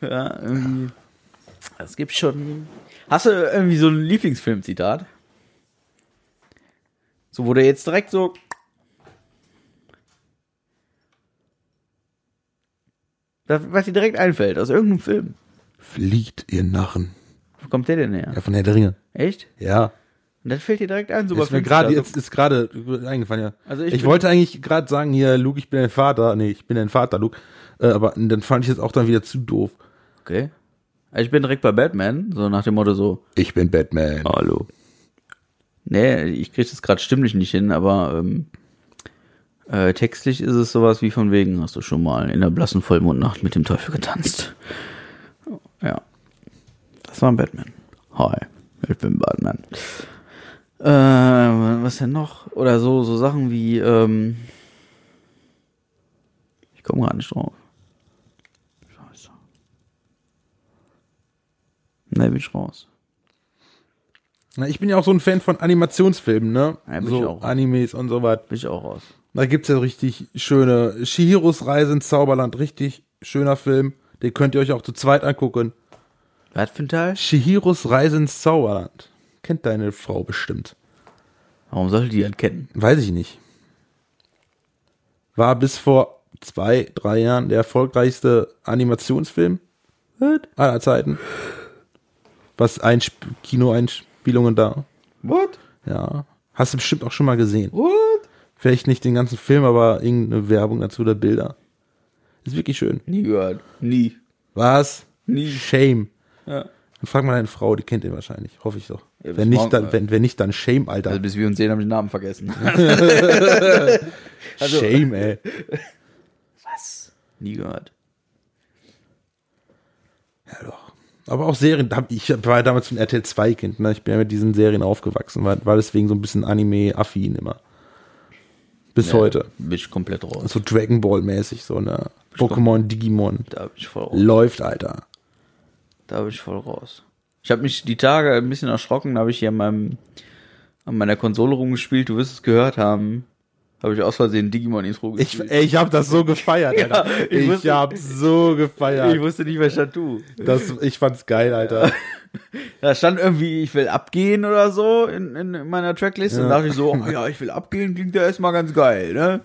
Speaker 1: ja, irgendwie. Es gibt schon. Hast du irgendwie so ein Lieblingsfilmzitat? So, wo du jetzt direkt so Das, was dir direkt einfällt, aus irgendeinem Film.
Speaker 2: Fliegt ihr Narren.
Speaker 1: Wo kommt der denn her?
Speaker 2: Ja, von Herr der Ringe.
Speaker 1: Echt?
Speaker 2: ja.
Speaker 1: Und das fällt dir direkt ein, so
Speaker 2: Ist mir
Speaker 1: Filmstars.
Speaker 2: gerade, jetzt ist gerade eingefallen, ja.
Speaker 1: Also ich
Speaker 2: ich
Speaker 1: bin-
Speaker 2: wollte eigentlich gerade sagen, hier, Luke, ich bin dein Vater. Nee, ich bin dein Vater, Luke. Äh, aber dann fand ich jetzt auch dann wieder zu doof.
Speaker 1: Okay. Also ich bin direkt bei Batman, so nach dem Motto so,
Speaker 2: Ich bin Batman.
Speaker 1: hallo. Nee, ich krieg das gerade stimmlich nicht hin, aber ähm, äh, textlich ist es sowas wie von wegen, hast du schon mal in der blassen Vollmondnacht mit dem Teufel getanzt. Ja. Das war ein Batman. Hi, ich bin Batman. Äh, was denn noch? Oder so, so Sachen wie, ähm, ich komme gerade nicht drauf. Scheiße. Ne, bin ich raus.
Speaker 2: Na, ich bin ja auch so ein Fan von Animationsfilmen, ne?
Speaker 1: Ja, bin ich
Speaker 2: so
Speaker 1: auch.
Speaker 2: Animes und so was.
Speaker 1: Bin ich auch raus.
Speaker 2: Da gibt's ja richtig schöne Shihiros Reise ins Zauberland, richtig schöner Film. Den könnt ihr euch auch zu zweit angucken.
Speaker 1: Was für ein Teil?
Speaker 2: Shihiros Reise ins Zauberland. Kennt deine Frau bestimmt.
Speaker 1: Warum sollte die das kennen?
Speaker 2: Weiß ich nicht. War bis vor zwei, drei Jahren der erfolgreichste Animationsfilm aller Zeiten. Was Einsp Kinoeinspielungen da.
Speaker 1: What?
Speaker 2: Ja. Hast du bestimmt auch schon mal gesehen.
Speaker 1: What?
Speaker 2: Vielleicht nicht den ganzen Film, aber irgendeine Werbung dazu oder Bilder. Ist wirklich schön.
Speaker 1: Nie gehört. Nie.
Speaker 2: Was?
Speaker 1: Nie.
Speaker 2: Shame.
Speaker 1: Ja.
Speaker 2: Dann frag mal deine Frau, die kennt ihn wahrscheinlich. Hoffe ich doch.
Speaker 1: Ja, bis
Speaker 2: wenn, nicht,
Speaker 1: morgen,
Speaker 2: dann,
Speaker 1: ja.
Speaker 2: wenn, wenn nicht, dann Shame, Alter.
Speaker 1: Also bis wir uns sehen, habe ich den Namen vergessen. Also,
Speaker 2: Shame, ey.
Speaker 1: Was? Nie gehört.
Speaker 2: Ja, doch. Aber auch Serien, da hab- ich war ja damals ein RTL 2-Kind, ne? ich bin ja mit diesen Serien aufgewachsen, war, war deswegen so ein bisschen Anime-affin immer. Bis heute.
Speaker 1: Bin ich komplett raus.
Speaker 2: So Dragon Ball-mäßig, so ne? Pokémon, Digimon.
Speaker 1: Da bin ich voll raus.
Speaker 2: Läuft, Alter.
Speaker 1: Da bin ich voll raus. Ich habe mich die Tage ein bisschen erschrocken, da habe ich hier an, meinem, an meiner Konsole rumgespielt, du wirst es gehört haben. Habe ich aus Versehen Digimon Intro
Speaker 2: Ich,
Speaker 1: gespielt.
Speaker 2: ey, ich hab das so gefeiert, Alter.
Speaker 1: ich
Speaker 2: ich
Speaker 1: wusste-
Speaker 2: hab so gefeiert.
Speaker 1: wusste nicht, wer stand du.
Speaker 2: Das, ich fand's geil, Alter.
Speaker 1: Da stand irgendwie, ich will abgehen oder so in, in meiner Tracklist. Und
Speaker 2: Ja.
Speaker 1: dachte ich so, oh, ja, ich will abgehen, klingt ja erstmal ganz geil, ne?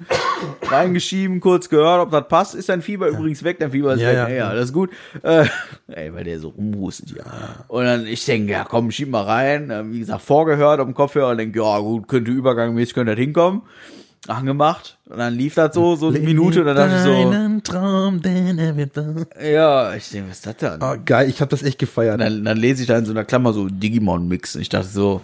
Speaker 1: Reingeschieben, kurz gehört, ob das passt. Ist dein Fieber übrigens weg, dein Fieber ist
Speaker 2: Ja,
Speaker 1: weg.
Speaker 2: ja.
Speaker 1: Ja, ja, das ist gut. Äh, ey, weil der so rumhustet, ja. Und dann, ich denke, ja, komm, schieb mal rein. Äh, Wie gesagt, vorgehört auf dem Kopfhörer und denke, ja, gut, könnte übergangmäßig, könnte das hinkommen. Angemacht. Und dann lief das so, so eine Minute. Und dann dachte ich so,
Speaker 2: Deinen Traum, denn er wird wahr.
Speaker 1: ja, ich denke, was ist das denn?
Speaker 2: Oh, geil, ich hab das echt gefeiert.
Speaker 1: Dann, dann lese ich da in so einer Klammer so Digimon-Mix. Und ich dachte so,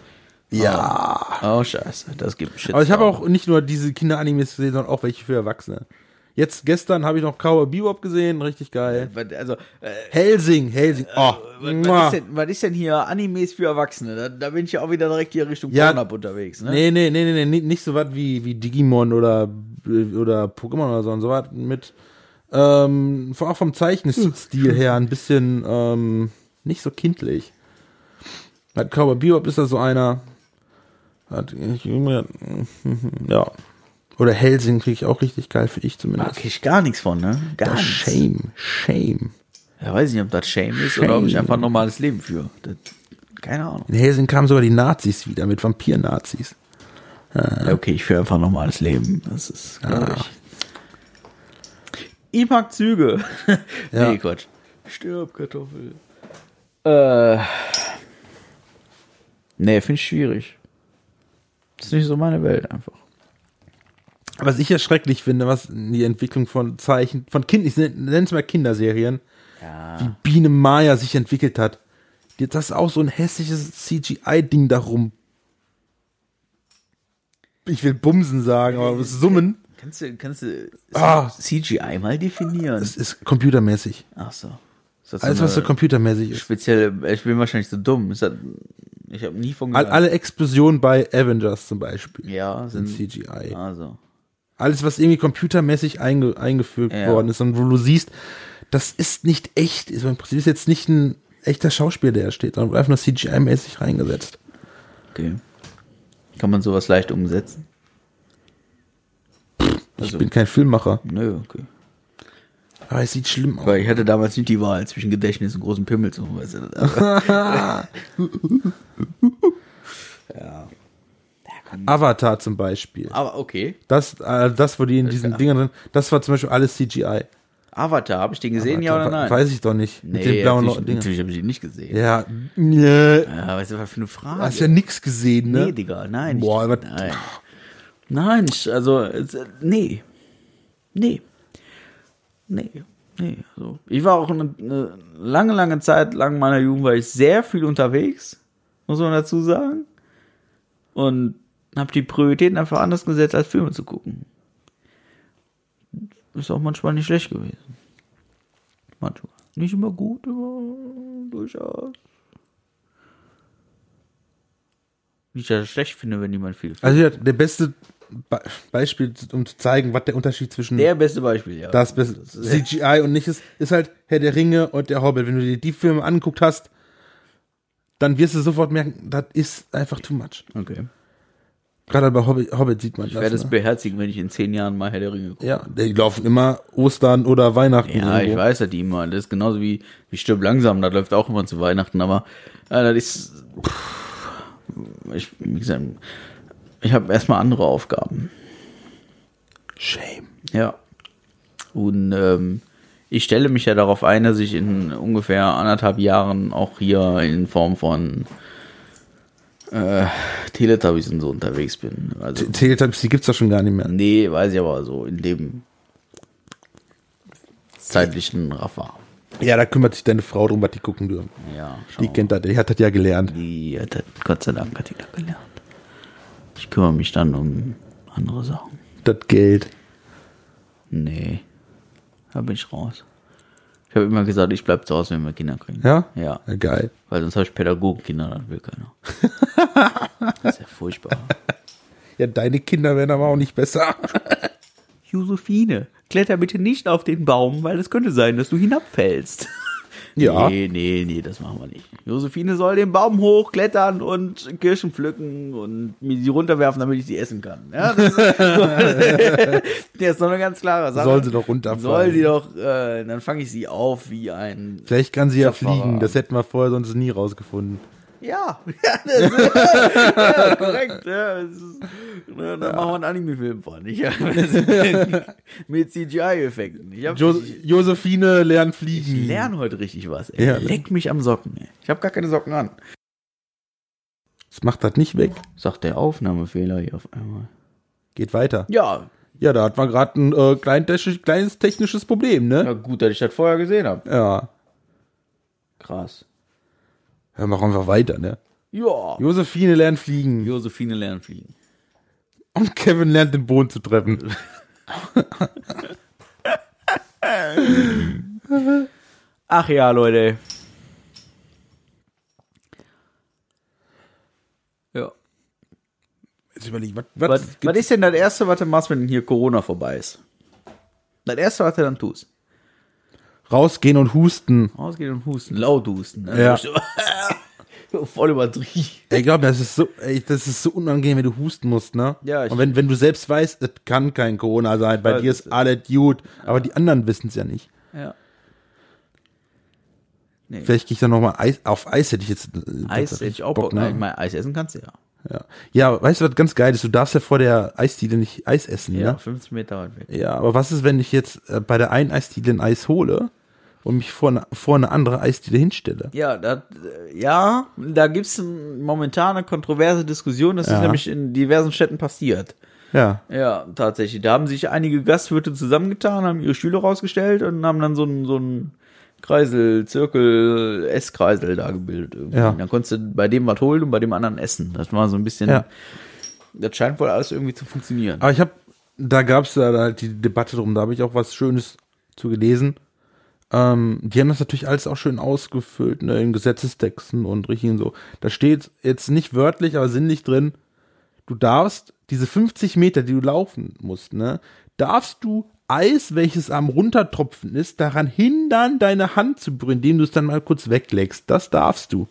Speaker 2: ja.
Speaker 1: Oh, scheiße, das gibt einen Shit.
Speaker 2: Aber ich habe auch nicht nur diese Kinderanimes gesehen, sondern auch welche für Erwachsene. Jetzt gestern habe ich noch Cowboy Bebop gesehen, richtig geil.
Speaker 1: Was- Also, äh,
Speaker 2: Helsing, Helsing. Oh,
Speaker 1: was,
Speaker 2: mwah.
Speaker 1: was, ist denn, was ist denn hier Animes für Erwachsene? Da, da bin ich ja auch wieder direkt hier Richtung
Speaker 2: Ja.
Speaker 1: Pornhub unterwegs, ne?
Speaker 2: Nee, nee, nee, nee, nee, nicht- nicht so was wie, wie Digimon oder, oder Pokémon oder so, und so was mit, ähm, auch vom Zeichenstil her ein bisschen, ähm, nicht so kindlich. Hat Cowboy Bebop ist da so einer. Hat, ich, ja. Oder Helsing kriege ich auch richtig geil, finde ich
Speaker 1: Da
Speaker 2: zumindest.
Speaker 1: krieg ich gar nichts von, ne? Gar nichts.
Speaker 2: Shame, shame.
Speaker 1: Ja, weiß nicht, ob das Shame ist oder ob ich
Speaker 2: Shame.
Speaker 1: einfach ein normales Leben führe. Das, keine Ahnung.
Speaker 2: In Helsing kamen sogar die Nazis wieder mit Vampir-Nazis.
Speaker 1: Ja, okay, ich führe einfach ein normales Leben. Das ist, glaube
Speaker 2: Ah.
Speaker 1: ich. Ich mag Züge.
Speaker 2: Ja.
Speaker 1: Nee, Quatsch. Stirb, Kartoffel. Äh. Nee, finde ich schwierig. ist nicht so meine Welt einfach.
Speaker 2: Was ich ja schrecklich finde, was die Entwicklung von Zeichen, von Kind, ich nenne es mal Kinderserien, wie Biene Maya sich entwickelt hat. Die- Das ist auch so ein hässliches CGI-Ding darum. Ich will Bumsen sagen, aber das Summen,
Speaker 1: Kannst du, kannst du
Speaker 2: Ah.
Speaker 1: CGI mal definieren?
Speaker 2: das ist computermäßig.
Speaker 1: Ach so. Ist das so
Speaker 2: Alles, was so
Speaker 1: eine
Speaker 2: computermäßig ist.
Speaker 1: spezielle, ich bin wahrscheinlich so dumm. Ist das, ich habe nie von
Speaker 2: All, alle Explosionen bei Avengers zum Beispiel
Speaker 1: ja, sind
Speaker 2: sind CGI.
Speaker 1: Also.
Speaker 2: Alles, was irgendwie computermäßig einge, eingefügt
Speaker 1: Ja.
Speaker 2: worden ist und wo du siehst, das ist nicht echt. Ist im Prinzip ist jetzt nicht ein echter Schauspieler, der da steht, sondern wurde einfach nur CGI-mäßig reingesetzt.
Speaker 1: Okay. Kann man sowas leicht umsetzen? Also
Speaker 2: ich bin kein Filmmacher,
Speaker 1: Nö, okay.
Speaker 2: aber es sieht schlimm aus.
Speaker 1: Weil ich hatte damals nicht die Wahl zwischen Gedächtnis und großen Pimmel zu weißt du das? ja. ja komm.
Speaker 2: Avatar zum Beispiel.
Speaker 1: Aber okay.
Speaker 2: Das, äh, das, wo die in diesen Dingern drin, das war zum Beispiel alles CGI.
Speaker 1: Avatar, habe ich den gesehen, ja oder nein?
Speaker 2: Weiß ich doch nicht. Mit den blauen
Speaker 1: natürlich,
Speaker 2: Dingen.
Speaker 1: natürlich habe ich den nicht gesehen.
Speaker 2: Ja, nee.
Speaker 1: Ja, weißt du, was für eine Frage?
Speaker 2: Hast ja nix gesehen, ne?
Speaker 1: Ah, Nee, Digga, nein.
Speaker 2: Boah, aber-
Speaker 1: ich, nein. nein, ich, also, es- nee. Nee. Nee. Nee. Also, ich war auch eine, eine lange, lange Zeit lang meiner Jugend, war ich sehr viel unterwegs, muss man dazu sagen. Und habe die Prioritäten einfach anders gesetzt, als Filme zu gucken. Ist auch manchmal nicht schlecht gewesen. Manchmal. Nicht immer gut, aber durchaus. Nicht, dass ich das schlecht finde, wenn jemand viel
Speaker 2: Also ja, der beste Be Beispiel, um zu zeigen, was der Unterschied zwischen
Speaker 1: Der beste Beispiel, ja.
Speaker 2: das bis CGI und nicht ist, ist halt Herr der Ringe und der Hobbit. Wenn du dir die Filme angeguckt hast, dann wirst du sofort merken, das ist einfach too much.
Speaker 1: Okay.
Speaker 2: Gerade bei Hobbit, Hobbit sieht man
Speaker 1: Ich werde
Speaker 2: das.
Speaker 1: es
Speaker 2: Ne?
Speaker 1: beherzigen, wenn ich in zehn Jahren mal Herr der Ringe gucke.
Speaker 2: Ja, die laufen immer Ostern oder Weihnachten.
Speaker 1: Ja, ich
Speaker 2: irgendwo.
Speaker 1: weiß das immer. Das ist genauso wie, wie Stirb langsam, das läuft auch immer zu Weihnachten, aber äh, das ist. Pff, ich, wie gesagt, ich habe erstmal andere Aufgaben.
Speaker 2: Shame.
Speaker 1: Ja. Und ähm, ich stelle mich ja darauf ein, dass ich in ungefähr anderthalb Jahren auch hier in Form von äh, Teletubbies und so unterwegs bin. Also,
Speaker 2: T- Teletubbies, die gibt's doch schon gar nicht mehr.
Speaker 1: Nee, weiß ich aber so, in dem zeitlichen Raffer.
Speaker 2: Ja, da kümmert sich deine Frau drum, was die gucken dürfen.
Speaker 1: Ja, schau.
Speaker 2: Die
Speaker 1: Die,
Speaker 2: kennt das, die hat das ja gelernt.
Speaker 1: hat das, Gott sei Dank hat die das gelernt. Ich kümmere mich dann um andere Sachen.
Speaker 2: Das Geld.
Speaker 1: Nee, da bin ich raus. Ich habe immer gesagt, ich bleibe zu Hause, wenn wir Kinder kriegen.
Speaker 2: Ja?
Speaker 1: Ja,
Speaker 2: Geil.
Speaker 1: weil sonst habe ich Pädagogenkinder, das will keiner. das ist ja furchtbar.
Speaker 2: Ja, deine Kinder werden aber auch nicht besser.
Speaker 1: Josephine, kletter bitte nicht auf den Baum, weil es könnte sein, dass du hinabfällst.
Speaker 2: Ja.
Speaker 1: Nee, nee, nee, das machen wir nicht. Josephine soll den Baum hochklettern und Kirschen pflücken und mir die runterwerfen, damit ich sie essen kann. Ja, das ist, das ist doch eine ganz klare Sache.
Speaker 2: Soll sie doch runterfallen.
Speaker 1: Soll sie doch, äh, dann fange ich sie auf wie ein.
Speaker 2: Vielleicht kann sie ja
Speaker 1: Zerfahrer.
Speaker 2: fliegen, das hätten wir vorher sonst nie rausgefunden.
Speaker 1: Ja, ja, das ist, ja korrekt. Ja, das ist, ne, dann machen wir einen Anime-Film von. Ich, mit CGI-Effekten. Ich hab-
Speaker 2: Jo Josephine lernt fliegen.
Speaker 1: Ich lerne heute richtig was. Ey.
Speaker 2: Ja.
Speaker 1: Leck mich am Socken. Ey. Hm. Ich habe gar keine Socken an.
Speaker 2: Das macht das nicht weg.
Speaker 1: Sagt der Aufnahmefehler hier auf einmal.
Speaker 2: Geht weiter.
Speaker 1: Ja,
Speaker 2: Ja, da hat man gerade ein äh, klein technisch, kleines technisches Problem, ne?
Speaker 1: na gut, dass ich das vorher gesehen habe.
Speaker 2: Ja.
Speaker 1: Krass.
Speaker 2: Ja, machen wir einfach weiter, ne?
Speaker 1: Ja.
Speaker 2: Josephine lernt fliegen.
Speaker 1: Josephine lernt fliegen.
Speaker 2: Und Kevin lernt den Boden zu treffen.
Speaker 1: Ach ja, Leute. Ja.
Speaker 2: Jetzt überlegen, was,
Speaker 1: Was,
Speaker 2: was,
Speaker 1: was
Speaker 2: gibt's-
Speaker 1: ist denn das Erste, was du machst, wenn hier Corona vorbei ist? Das Erste, was du dann tust.
Speaker 2: Rausgehen und husten.
Speaker 1: Rausgehen und husten, laut husten. ne?
Speaker 2: Ja.
Speaker 1: So Voll übertrieben.
Speaker 2: Ich glaube, das ist so, ey, das ist so unangenehm, wenn du husten musst, ne?
Speaker 1: Ja, ich-
Speaker 2: Und wenn, wenn du selbst weißt, es kann kein Corona sein, bei
Speaker 1: weiß
Speaker 2: dir
Speaker 1: es.
Speaker 2: ist alles gut, aber die anderen wissen es ja nicht.
Speaker 1: Ja. Nee,
Speaker 2: Vielleicht gehe ich dann nochmal Eis, auf Eis hätte ich jetzt. äh,
Speaker 1: Eis hätte
Speaker 2: tatsächlich
Speaker 1: ich auch Bock. ne? Ich
Speaker 2: ne?
Speaker 1: meine, Eis essen kannst du ja.
Speaker 2: ja. ja, weißt du, was ganz geil ist? Du darfst ja vor der Eisdiele nicht Eis essen,
Speaker 1: Ja,
Speaker 2: ne?
Speaker 1: 50 Meter weit weg.
Speaker 2: Ja, aber was ist, wenn ich jetzt äh, bei der einen Eisdiele ein Eis hole und mich vor eine, vor eine andere Eisdiele hinstelle?
Speaker 1: Ja, dat, äh, ja da gibt es momentan eine kontroverse Diskussion. Das ist
Speaker 2: Ja.
Speaker 1: nämlich in diversen Städten passiert.
Speaker 2: Ja.
Speaker 1: Ja, tatsächlich. Da haben sich einige Gastwirte zusammengetan, haben ihre Stühle rausgestellt und haben dann so einen, so einen Kreisel, Zirkel, Esskreisel da gebildet. Irgendwie.
Speaker 2: Ja.
Speaker 1: Dann konntest du bei dem was holen und bei dem anderen essen. Das war so ein bisschen.
Speaker 2: Ja. Ah.
Speaker 1: Das scheint wohl alles irgendwie zu funktionieren.
Speaker 2: Aber ich habe, da gab's da halt die Debatte drum, da habe ich auch was Schönes zu gelesen. Ähm, die haben das natürlich alles auch schön ausgefüllt, ne, in Gesetzestexten und richtigen so. Da steht jetzt nicht wörtlich, aber sinnlich drin, du darfst diese 50 Meter, die du laufen musst, ne, darfst du Eis, welches am Runtertropfen ist, daran hindern, deine Hand zu berühren, indem du es dann mal kurz weglegst. Das darfst du.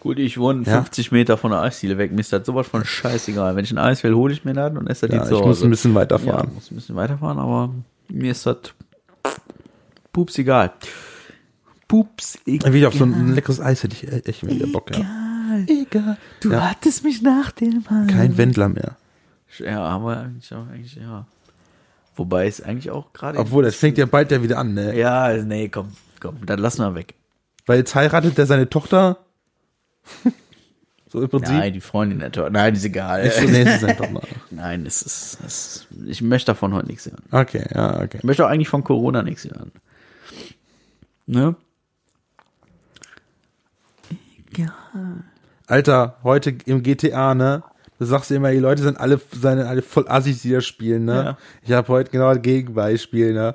Speaker 1: Gut, ich wohne 50 Meter von der Eisdiele weg. Mir ist das sowas von scheißegal. Wenn ich ein Eis will, hole ich mir das und esse das
Speaker 2: Ja,
Speaker 1: die zu
Speaker 2: ich
Speaker 1: Hause.
Speaker 2: muss ein bisschen
Speaker 1: ja,
Speaker 2: weiterfahren.
Speaker 1: muss ein bisschen weiterfahren, aber mir ist das pups egal. Pups egal.
Speaker 2: Wie auf so ein leckeres Eis hätte ich echt wieder Bock, ja. Egal.
Speaker 1: Du
Speaker 2: Ja.
Speaker 1: hattest mich nach dem Hals.
Speaker 2: Kein Wendler mehr.
Speaker 1: Ja, aber eigentlich auch, eigentlich, ja. Wobei es eigentlich auch gerade.
Speaker 2: Obwohl, das fängt ja bald ja wieder an, ne?
Speaker 1: Ja, nee, komm, komm, dann lassen wir weg.
Speaker 2: Weil jetzt heiratet er seine Tochter. so im Prinzip.
Speaker 1: Nein, die Freundin der Tochter. Nein, ist egal.
Speaker 2: Ist so, nee, es ist seine Tochter.
Speaker 1: Nein, es ist, es ist. Ich möchte davon heute nichts hören.
Speaker 2: Okay, ja, okay.
Speaker 1: Ich möchte auch eigentlich von Corona nichts hören. Ne?
Speaker 2: Alter, heute im GTA, ne? Du sagst immer, die Leute sind alle, sind alle voll assis, die das spielen, ne?
Speaker 1: Ja.
Speaker 2: Ich habe heute genau das Gegenbeispiel, ne?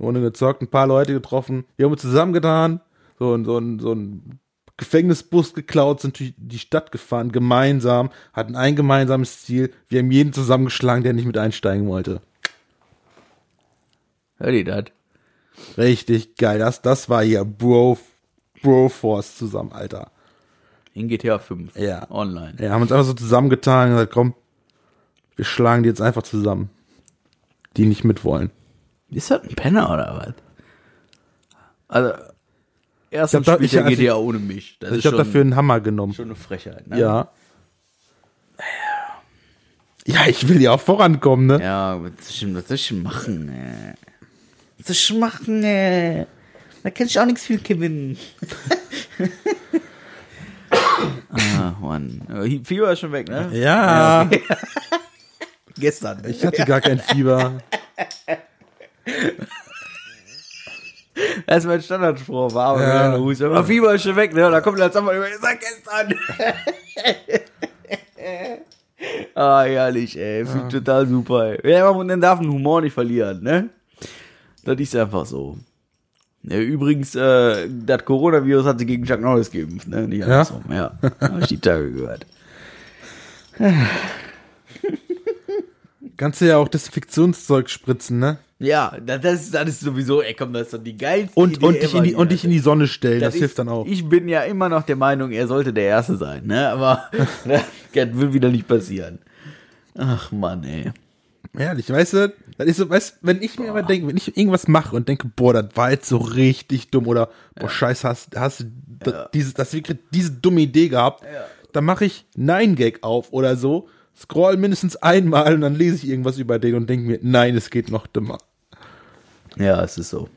Speaker 2: Ohne gezockt, ein paar Leute getroffen. Wir haben uns zusammengetan, so ein, so ein, so ein Gefängnisbus geklaut, sind durch die Stadt gefahren, gemeinsam, hatten ein gemeinsames Ziel. Wir haben jeden zusammengeschlagen, der nicht mit einsteigen wollte.
Speaker 1: Hör die das?
Speaker 2: Richtig geil. Das, das war hier Bro, Bro Force zusammen, Alter.
Speaker 1: In GTA 5.
Speaker 2: Ja.
Speaker 1: Online.
Speaker 2: Ja, haben uns einfach so zusammengetan und gesagt, komm, wir schlagen die jetzt einfach zusammen. Die nicht mitwollen.
Speaker 1: Ist das ein Penner oder was? Also, erstens
Speaker 2: Ich hab da-
Speaker 1: spielt
Speaker 2: ich-
Speaker 1: der
Speaker 2: also-
Speaker 1: GTA ohne mich. Das ist
Speaker 2: ich habe
Speaker 1: schon,
Speaker 2: dafür einen Hammer genommen.
Speaker 1: schon eine Frechheit. Ne?
Speaker 2: Ja. Ja, ich will ja auch vorankommen, ne?
Speaker 1: Ja, was soll ich- was soll ich machen, ey? Was soll ich machen, ey? Da kann ich auch nichts viel gewinnen. ah, Mann. Äh, Fieber ist schon weg, ne?
Speaker 2: Ja.
Speaker 1: Gestern. ne?
Speaker 2: Ich hatte gar kein Fieber.
Speaker 1: Das ist mein Standardspruch, war aber
Speaker 2: Ja.
Speaker 1: ja. Hus. Aber Fieber ist schon weg, ne? Da kommt der Sommer über, sag gestern. ah, herrlich, ey. Finde ich total super, ey. Ja, man man darf einen Humor nicht verlieren, ne? Das ist einfach so. Ja, übrigens, äh, das Coronavirus hat sie gegen Chuck Norris geimpft, ne? Nicht andersrum, ja. Hab ich die Tage gehört.
Speaker 2: Kannst du ja auch Desinfektionszeug spritzen, ne?
Speaker 1: Ja, das, das, ist- das ist sowieso, ey, komm, das ist doch die geilste
Speaker 2: Und,
Speaker 1: Idee
Speaker 2: und, dich,
Speaker 1: ever,
Speaker 2: in die, und
Speaker 1: Alter.
Speaker 2: dich in die Sonne stellen, das,
Speaker 1: ist-
Speaker 2: hilft dann auch.
Speaker 1: Ich bin ja immer noch der Meinung, er sollte der Erste sein, ne? Aber das wird wieder nicht passieren. Ach Mann, ey.
Speaker 2: Ehrlich, weißt du, das ist so, weißt, du, wenn ich mir immer denke, wenn ich irgendwas mache und denke, boah, das war jetzt so richtig dumm oder boah, scheiße, hast, hast du da- dieses, das wirklich diese dumme Idee gehabt, dann mache ich Nein-Gag auf oder so, scroll mindestens einmal und dann lese ich irgendwas über den und denke mir, nein, es geht noch dümmer.
Speaker 1: Ja, es ist so.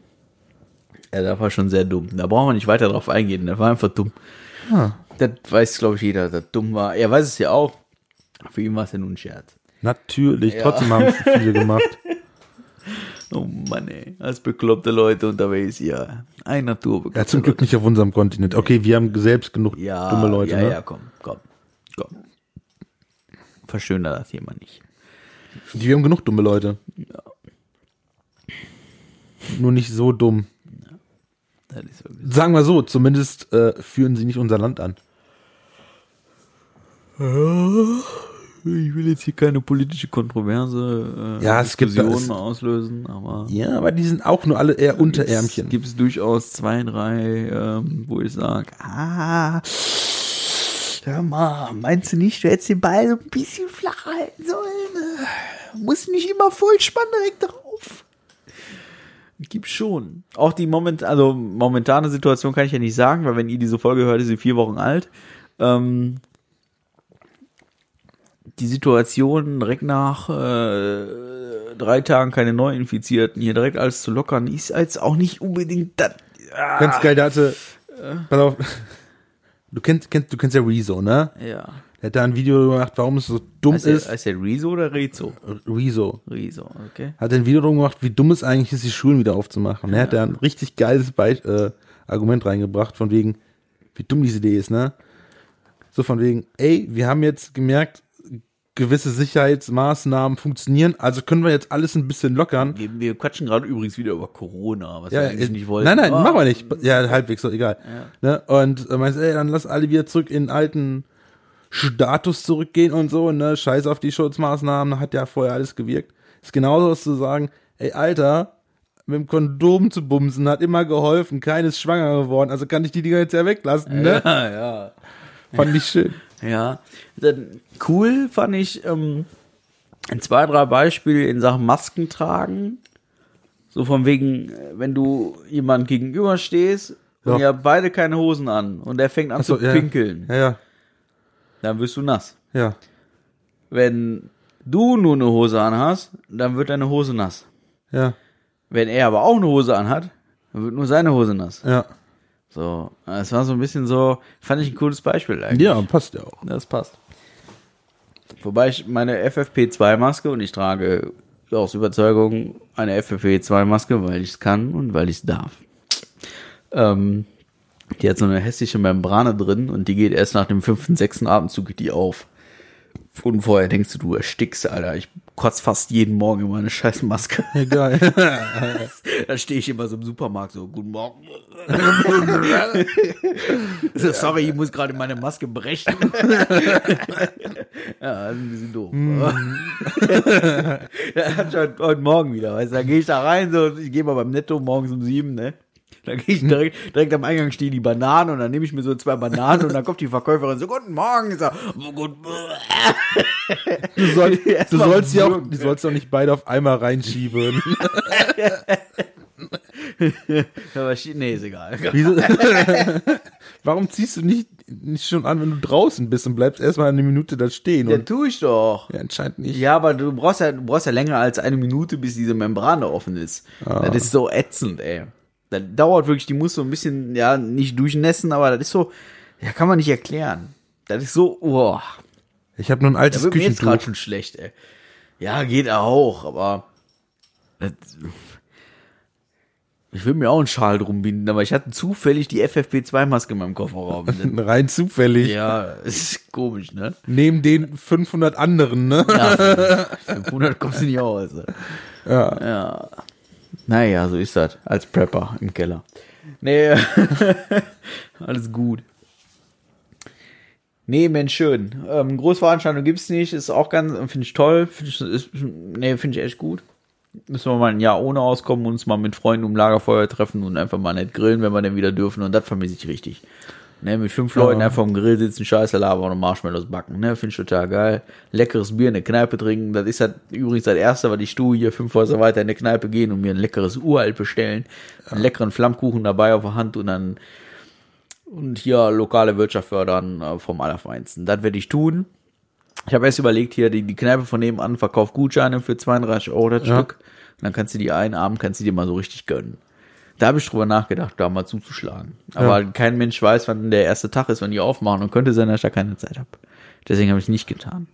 Speaker 1: Ja, das war schon sehr dumm. Da brauchen wir nicht weiter drauf eingehen. Das war einfach dumm.
Speaker 2: Ah.
Speaker 1: Das weiß, glaube ich, jeder, dass dumm war. Er weiß es ja auch. Für ihn war es ja nur ein Scherz.
Speaker 2: Natürlich, trotzdem haben es viele gemacht.
Speaker 1: Oh Mann, ey. Als bekloppte Leute unterwegs, ja. Ein Naturbekloppt.
Speaker 2: Ja, zum Glück nicht auf unserem Kontinent. Okay, wir haben selbst genug
Speaker 1: Ja,
Speaker 2: dumme Leute,
Speaker 1: ja,
Speaker 2: ne?
Speaker 1: ja, komm, komm, komm. Verschöner das Thema nicht.
Speaker 2: Wir haben genug dumme Leute. nur nicht so dumm.
Speaker 1: Das ist wirklich-
Speaker 2: Sagen wir so, zumindest äh, führen sie nicht unser Land an.
Speaker 1: Ich will jetzt hier keine politische Kontroverse äh,
Speaker 2: Ja, es gibt da-
Speaker 1: Diskussionen
Speaker 2: es-
Speaker 1: auslösen, aber
Speaker 2: Ja, aber die sind auch nur alle eher Unterärmchen.
Speaker 1: gibt Äh, es durchaus zwei, drei, ähm, wo ich sage, ah, ja, ma, meinst du nicht, du hättest den Ball so ein bisschen flach halten sollen? Äh, Muss nicht immer Vollspann direkt drauf. Gibt schon. Auch die moment also momentane Situation kann ich ja nicht sagen, weil wenn ihr diese Folge hört, ist sie vier Wochen alt. Ähm, die Situation direkt nach äh, drei Tagen keine Neuinfizierten hier direkt alles zu lockern, ist jetzt auch nicht unbedingt das. Ah, Äh.
Speaker 2: Ganz geil, der hatte. Pass auf. Du kennst, kennst, du kennst ja Rezo, ne?
Speaker 1: ja.
Speaker 2: Der hat da ein Video gemacht, warum es so dumm
Speaker 1: Heißt
Speaker 2: ist.
Speaker 1: der, heißt der Rezo oder Rezo?
Speaker 2: Rezo.
Speaker 1: Rezo, okay.
Speaker 2: Hat ein Video drum gemacht, wie dumm es eigentlich ist, die Schulen wieder aufzumachen. Er hat da ein richtig geiles Be äh, Argument reingebracht, von wegen, wie dumm diese Idee ist, ne? So von wegen, ey, wir haben jetzt gemerkt, gewisse Sicherheitsmaßnahmen funktionieren, also können wir jetzt alles ein bisschen lockern.
Speaker 1: Wir, wir quatschen gerade übrigens wieder über Corona, was wir eigentlich
Speaker 2: äh,
Speaker 1: nicht wollten.
Speaker 2: Nein, nein,
Speaker 1: Ah,
Speaker 2: machen wir nicht. Ja, halbwegs so, egal. Ne? Und äh, meinst, ey, dann lass alle wieder zurück in den alten Status zurückgehen und so, ne? Scheiß auf die Schutzmaßnahmen, hat ja vorher alles gewirkt. Ist genauso was zu sagen, ey, Alter, mit dem Kondom zu bumsen hat immer geholfen, keines schwanger geworden, also kann ich die Dinger jetzt ja weglassen, ne?
Speaker 1: Ja, ja.
Speaker 2: Fand ich schön.
Speaker 1: Ja, dann cool fand ich ähm, ein zwei, drei Beispiele in Sachen Masken tragen. So von wegen, äh, wenn du jemand gegenüber stehst und
Speaker 2: Ja.
Speaker 1: ihr habt beide keine Hosen an und der fängt an
Speaker 2: So,
Speaker 1: zu
Speaker 2: ja.
Speaker 1: pinkeln,
Speaker 2: Ja, ja,
Speaker 1: dann wirst du nass.
Speaker 2: ja.
Speaker 1: Wenn du nur eine Hose an hast, dann wird deine Hose nass.
Speaker 2: Ja,
Speaker 1: Wenn er aber auch eine Hose an hat, dann wird nur seine Hose nass.
Speaker 2: ja.
Speaker 1: So, es war so ein bisschen so, fand ich ein cooles Beispiel eigentlich.
Speaker 2: Ja, passt ja auch.
Speaker 1: Das passt. Wobei ich meine FFP2-Maske und ich trage aus Überzeugung eine FFP2-Maske, weil ich es kann und weil ich es darf. Ähm, die hat so eine hässliche Membrane drin und die geht erst nach dem fünften, sechsten Atemzug geht die auf. Und vorher denkst du, du erstickst, Alter. Ich kotze fast jeden Morgen in meine scheiß Maske.
Speaker 2: Egal.
Speaker 1: Da stehe ich immer so im Supermarkt so, guten Morgen. so, sorry, ich muss gerade meine Maske brechen. ja, das ist ein bisschen doof. Mhm. das hat schon heute Morgen wieder, weißt du, da gehe ich da rein, so, ich gehe mal beim Netto morgens um sieben, ne? Da gehe ich direkt, direkt am Eingang stehen die Bananen und dann nehme ich mir so zwei Bananen und dann kommt die Verkäuferin so, guten Morgen. Ich so, guten
Speaker 2: Du, soll, du
Speaker 1: Erstmal
Speaker 2: sollst ja auch,
Speaker 1: würgen.
Speaker 2: du sollst ja auch nicht beide auf einmal reinschieben.
Speaker 1: Aber shit, nee, ist egal.
Speaker 2: Wieso? Warum ziehst du nicht, nicht schon an, wenn du draußen bist und bleibst erstmal eine Minute da stehen?
Speaker 1: Ja,
Speaker 2: Und,
Speaker 1: tue ich doch.
Speaker 2: ja, anscheinend nicht.
Speaker 1: Ja, aber du brauchst ja, du brauchst ja länger als eine Minute, bis diese Membrane offen ist. Das ist so ätzend, ey. Das dauert wirklich, die muss so ein bisschen, ja, nicht durchnässen, aber das ist so, ja, kann man nicht erklären. Das ist so, boah,
Speaker 2: Ich habe nur ein
Speaker 1: da
Speaker 2: altes
Speaker 1: wird mir jetzt gerade
Speaker 2: Küchentuch.
Speaker 1: schon schlecht, ey. Ja, geht auch, aber das, ich will mir auch einen Schal drum binden, aber ich hatte zufällig die FFP2-Maske in meinem Kofferraum. Das,
Speaker 2: Rein zufällig.
Speaker 1: ja, ist komisch, ne?
Speaker 2: Neben den 500 anderen, ne?
Speaker 1: Ja, 500 kommst du nicht aus. Ja. ja. Naja, so ist das. Als Prepper im Keller. Nee, alles gut. Nee, Mensch, schön. Ähm, Großveranstaltung gibt's nicht, ist auch ganz, finde ich toll. Find ich, ist, nee, finde ich echt gut. Müssen wir mal ein Jahr ohne auskommen und uns mal mit Freunden um Lagerfeuer treffen und einfach mal nett grillen, wenn wir denn wieder dürfen. Und das vermisse ich richtig. Ne, mit fünf Leuten
Speaker 2: Ja.
Speaker 1: einfach am Grill sitzen, Scheiße labern und Marshmallows backen. Ne, finde ich total geil. Leckeres Bier in der Kneipe trinken. Das ist halt übrigens das Erste, weil ich tu hier fünf Häuser weiter in der Kneipe gehen und mir ein leckeres Uralt bestellen. Einen leckeren Flammkuchen dabei auf der Hand und dann und hier lokale Wirtschaft fördern äh, vom Allerfeinsten. Das werde ich tun. Ich habe erst überlegt, hier die, die Kneipe von nebenan verkauft Gutscheine für 32 Euro das
Speaker 2: Ja.
Speaker 1: Stück. Und dann kannst du die einen Abend, kannst du dir mal so richtig gönnen. Da habe ich drüber nachgedacht, da mal zuzuschlagen. Aber kein Mensch weiß, wann der erste Tag ist, wann die aufmachen und könnte sein, dass ich da keine Zeit habe. Deswegen habe ich es nicht getan.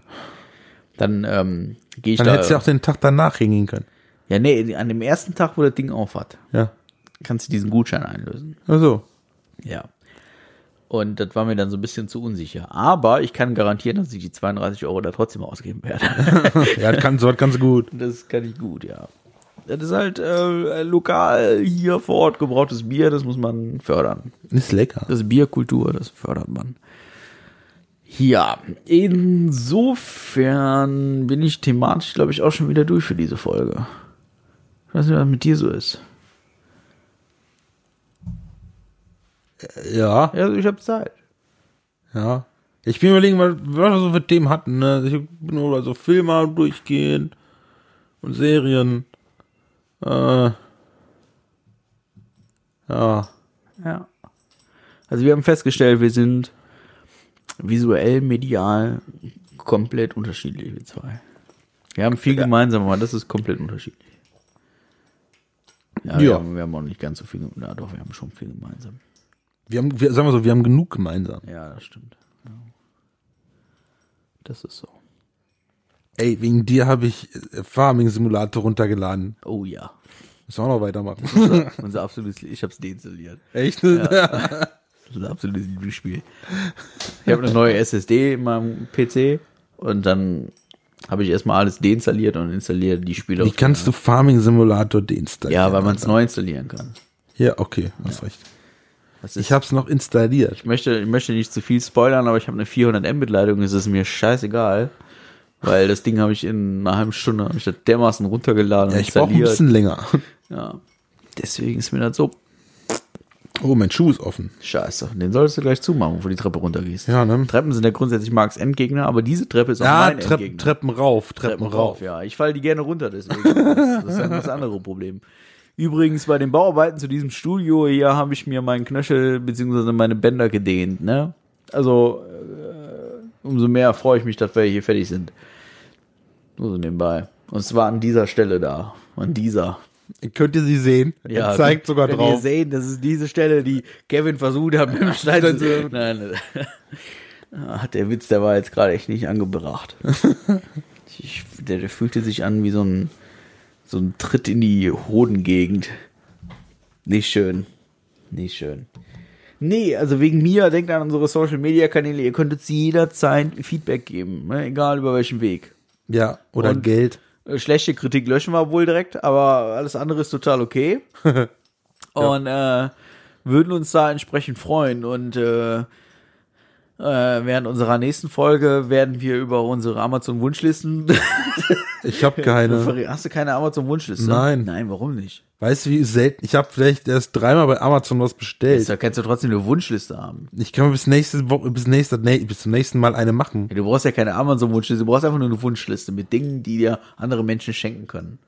Speaker 1: Dann ähm, gehe ich
Speaker 2: Dann
Speaker 1: da.
Speaker 2: hättest du ja auch den Tag danach hingehen können.
Speaker 1: ja, nee, an dem ersten Tag, wo das Ding auf hat,
Speaker 2: Ja.
Speaker 1: kannst du diesen Gutschein einlösen.
Speaker 2: Also.
Speaker 1: Ja. Und das war mir dann so ein bisschen zu unsicher. Aber ich kann garantieren, dass ich die 32 Euro da trotzdem ausgeben werde.
Speaker 2: Ja, das kann, so was kannst du gut.
Speaker 1: Das kann ich gut, ja. Das ist halt äh, lokal hier vor Ort gebrauchtes Bier, das muss man fördern.
Speaker 2: Ist lecker.
Speaker 1: Das ist Bierkultur, das fördert man. Ja, insofern bin ich thematisch, glaube ich, auch schon wieder durch für diese Folge. Ich weiß nicht, was mit dir so ist.
Speaker 2: Ja,
Speaker 1: Ja, also ich habe Zeit.
Speaker 2: ja. Ich bin überlegen, was was wir so für Themen hatten. Ne? Ich bin nur so Filme am durchgehen und Serien. Äh, ja.
Speaker 1: Ja. Also wir haben festgestellt, wir sind visuell, medial komplett unterschiedlich, wir zwei. Wir haben viel gemeinsam, aber das ist komplett unterschiedlich. Ja, Wir,
Speaker 2: Ja.
Speaker 1: haben, wir haben auch nicht ganz so viel, gem- na doch, wir haben schon viel gemeinsam.
Speaker 2: Wir haben, wir, sagen wir so, wir haben genug gemeinsam.
Speaker 1: Ja, das stimmt. Ja. Das ist so.
Speaker 2: Ey, wegen dir habe ich äh, Farming Simulator runtergeladen.
Speaker 1: Oh ja.
Speaker 2: Müssen wir auch noch weitermachen.
Speaker 1: Unser absolutes, ich hab's deinstalliert.
Speaker 2: Echt? Ja.
Speaker 1: Das ist ein absolutes Lieblingsspiel. Ich habe eine neue SSD in meinem PC und dann habe ich erstmal alles deinstalliert und installiere die Spiele.
Speaker 2: Wie
Speaker 1: auf-
Speaker 2: kannst du Farming Simulator deinstallieren?
Speaker 1: ja, weil man es neu installieren kann.
Speaker 2: Ja, okay, hast recht.
Speaker 1: Das ist,
Speaker 2: Ich hab's noch installiert.
Speaker 1: ich, möchte, ich möchte nicht zu viel spoilern, aber ich habe eine 400 Mbit-Leitung, es ist mir scheißegal. Weil das Ding habe ich in einer halben Stunde hab ich das dermaßen runtergeladen und
Speaker 2: Ja, ich brauche ein
Speaker 1: installiert.
Speaker 2: bisschen länger.
Speaker 1: Ja. Deswegen ist mir das so
Speaker 2: Oh, mein Schuh ist offen.
Speaker 1: scheiße. Den solltest du gleich zumachen, wo du die Treppe runtergehst.
Speaker 2: Ja, ne?
Speaker 1: Treppen sind ja grundsätzlich Marks Endgegner, aber diese Treppe ist auch
Speaker 2: Ja,
Speaker 1: mein
Speaker 2: Trepp,
Speaker 1: Endgegner.
Speaker 2: Treppen rauf, Treppen, rauf.
Speaker 1: ne? Ja, ich falle die gerne runter, deswegen. Das, das ist dann das andere Problem. Übrigens, bei den Bauarbeiten zu diesem Studio hier habe ich mir meinen Knöchel bzw. meine Bänder gedehnt, ne? Also, äh, umso mehr freue ich mich, dass wir hier fertig sind. Nur so nebenbei. Und zwar an dieser Stelle da. An dieser.
Speaker 2: Könnt ihr sie sehen? Er zeigt sogar
Speaker 1: wenn Wenn ihr
Speaker 2: drauf.
Speaker 1: sehen, das ist diese Stelle, die Kevin versucht hat, mit dem Stein
Speaker 2: Stein
Speaker 1: zu...
Speaker 2: zu-
Speaker 1: Nein. Ah, Der Witz, der war jetzt gerade echt nicht angebracht. Ich, der, der fühlte sich an wie so ein, so ein Tritt in die Hodengegend. Nicht schön. Nicht schön. Nee, also wegen mir, denkt an unsere Social Media Kanäle. Ihr könntet jederzeit Feedback geben, ne? egal über welchen Weg.
Speaker 2: Ja, oder
Speaker 1: Und-
Speaker 2: Geld.
Speaker 1: Äh, Schlechte Kritik löschen wir wohl direkt, aber alles andere ist total okay. und äh, würden uns da entsprechend freuen. Und äh, äh, während unserer nächsten Folge werden wir über unsere Amazon-Wunschlisten.
Speaker 2: Ich hab keine.
Speaker 1: Hast du keine Amazon-Wunschliste?
Speaker 2: Genau. Nein.
Speaker 1: Nein, warum nicht?
Speaker 2: weißt du, wie selten? Ich hab vielleicht erst dreimal bei Amazon was bestellt.
Speaker 1: Da kannst du trotzdem eine Wunschliste haben.
Speaker 2: Ich kann mir bis nächste Woche, bis nächste, nee, bis zum nächsten Mal eine machen.
Speaker 1: Du brauchst ja keine Amazon-Wunschliste, du brauchst einfach nur eine Wunschliste mit Dingen, die dir andere Menschen schenken können.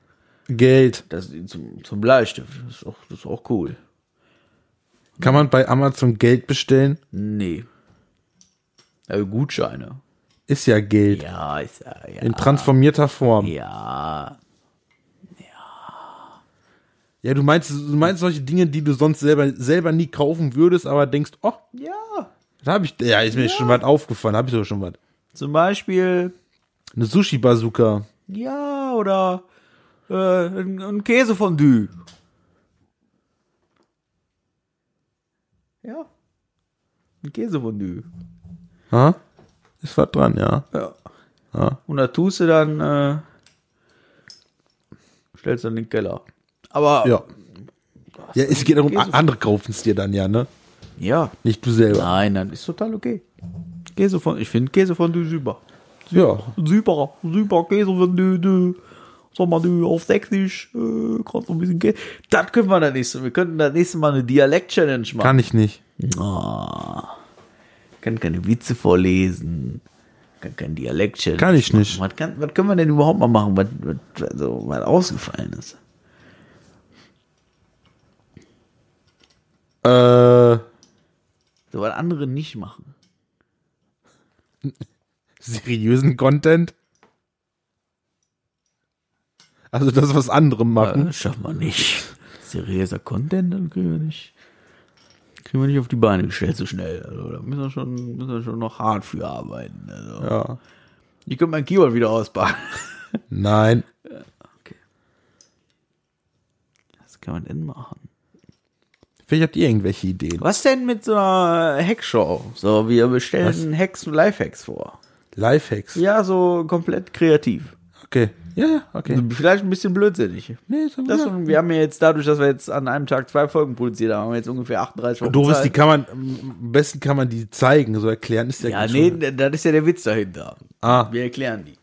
Speaker 2: Geld.
Speaker 1: Das zum, zum Bleistift. Das ist, auch, das ist auch cool.
Speaker 2: Kann man bei Amazon Geld bestellen?
Speaker 1: Nee. Also Gutscheine.
Speaker 2: Ist ja Geld.
Speaker 1: Ja, ist ja. ja.
Speaker 2: In transformierter Form.
Speaker 1: Ja,
Speaker 2: Ja, du meinst, du meinst solche Dinge, die du sonst selber, selber nie kaufen würdest, aber denkst, oh,
Speaker 1: ja.
Speaker 2: da habe ich, ja, ist mir schon was aufgefallen, habe ich doch schon was.
Speaker 1: Zum Beispiel,
Speaker 2: Eine Sushi-Bazooka.
Speaker 1: ja, oder äh, ein, ein Käsefondue. Ja. Ein Käsefondue.
Speaker 2: Ha? Ist was dran, ja.
Speaker 1: Ja.
Speaker 2: Ja.
Speaker 1: Und da tust du dann, äh, stellst du in den Keller. Aber,
Speaker 2: Ja. Ja, es geht darum, a- andere kaufen es dir dann ja, ne?
Speaker 1: ja.
Speaker 2: Nicht du selber.
Speaker 1: Nein, dann ist total okay. Käsefondue, ich finde Käsefondue super.
Speaker 2: Ja.
Speaker 1: super, super Käse, wenn du, du sag mal, du auf Sächsisch, äh, kannst du ein bisschen Käse. Das können wir das nächste Mal. Wir könnten das nächste Mal eine Dialekt-Challenge machen.
Speaker 2: Kann ich nicht.
Speaker 1: Ah. kann keine Witze vorlesen. Kann kein Dialekt-Challenge.
Speaker 2: Kann ich nicht.
Speaker 1: Was, kann, was können wir denn überhaupt mal machen, was, was, also, was ausgefallen ist?
Speaker 2: Äh,
Speaker 1: So was andere nicht machen.
Speaker 2: seriösen Content? Also das, was andere machen.
Speaker 1: Das Äh, schaffen wir nicht. Hm? Seriöser Content, dann kriegen wir nicht. Kriegen wir nicht auf die Beine gestellt so schnell. Also, da müssen wir schon, müssen wir schon noch hart für arbeiten. Also.
Speaker 2: Ja.
Speaker 1: Ich könnte mein Keyword wieder ausbauen.
Speaker 2: Nein.
Speaker 1: Das kann man denn machen.
Speaker 2: Vielleicht habt ihr irgendwelche Ideen.
Speaker 1: Was denn mit so einer Hackshow? So, wir bestellen Hacks und Lifehacks vor.
Speaker 2: Lifehacks.
Speaker 1: Ja, so komplett kreativ. Also,
Speaker 2: Okay. Ja, ja, okay.
Speaker 1: Vielleicht ein bisschen blödsinnig.
Speaker 2: Nee, ist
Speaker 1: Das,
Speaker 2: ja.
Speaker 1: Wir haben ja jetzt dadurch, dass wir jetzt an einem Tag zwei Folgen produziert haben, haben wir jetzt ungefähr 38 Wochen.
Speaker 2: Doof ist,
Speaker 1: Zeit.
Speaker 2: die kann man, am besten kann man die zeigen, so erklären ist ja,
Speaker 1: Ja,
Speaker 2: ganz
Speaker 1: nee,
Speaker 2: schön.
Speaker 1: das ist ja der Witz dahinter.
Speaker 2: Ah.
Speaker 1: Wir erklären die.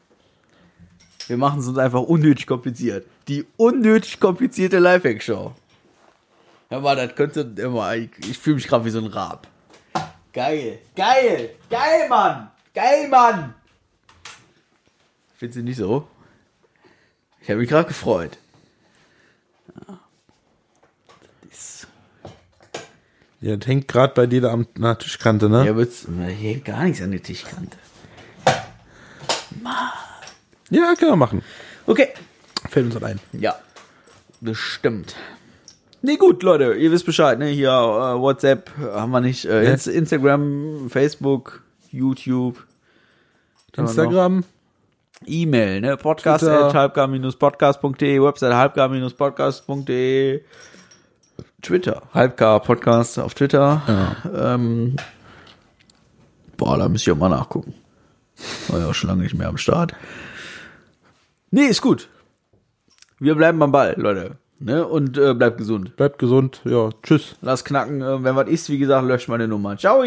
Speaker 1: Wir machen es uns einfach unnötig kompliziert. Die unnötig komplizierte Lifehack-Show. Hör mal, das könnte immer. Ich, ich fühle mich gerade wie so ein Rab. Geil. Geil. Geil, Mann. Geil, Mann. Findest du nicht so? Ich habe mich gerade gefreut. Ja. Das ist.
Speaker 2: Ja, das hängt gerade bei dir da am na, Tischkante, ne?
Speaker 1: Ja, aber jetzt- hier hängt gar nichts an der Tischkante.
Speaker 2: Ja, können wir machen.
Speaker 1: Okay.
Speaker 2: Fällt uns ein.
Speaker 1: Ja, bestimmt. Nee, gut, Leute, ihr wisst Bescheid, ne? Hier, äh, WhatsApp äh, haben wir nicht. Äh,
Speaker 2: Ja.
Speaker 1: Ins- Instagram, Facebook, YouTube. Dann noch
Speaker 2: Instagram.
Speaker 1: E-Mail, ne? Podcast
Speaker 2: Twitter.
Speaker 1: at halbgar-podcast.de, Website halbgar-podcast.de, Twitter, halbgar-podcast auf Twitter. Ähm, boah, da müsste ich auch mal nachgucken. War ja auch schon lange nicht mehr am Start. Nee, ist gut. Wir bleiben am Ball, Leute. Ne? Und äh, bleibt gesund.
Speaker 2: Bleibt gesund. Ja, tschüss.
Speaker 1: Lass knacken. Äh, wenn was ist, wie gesagt, löscht meine Nummer. Ciao!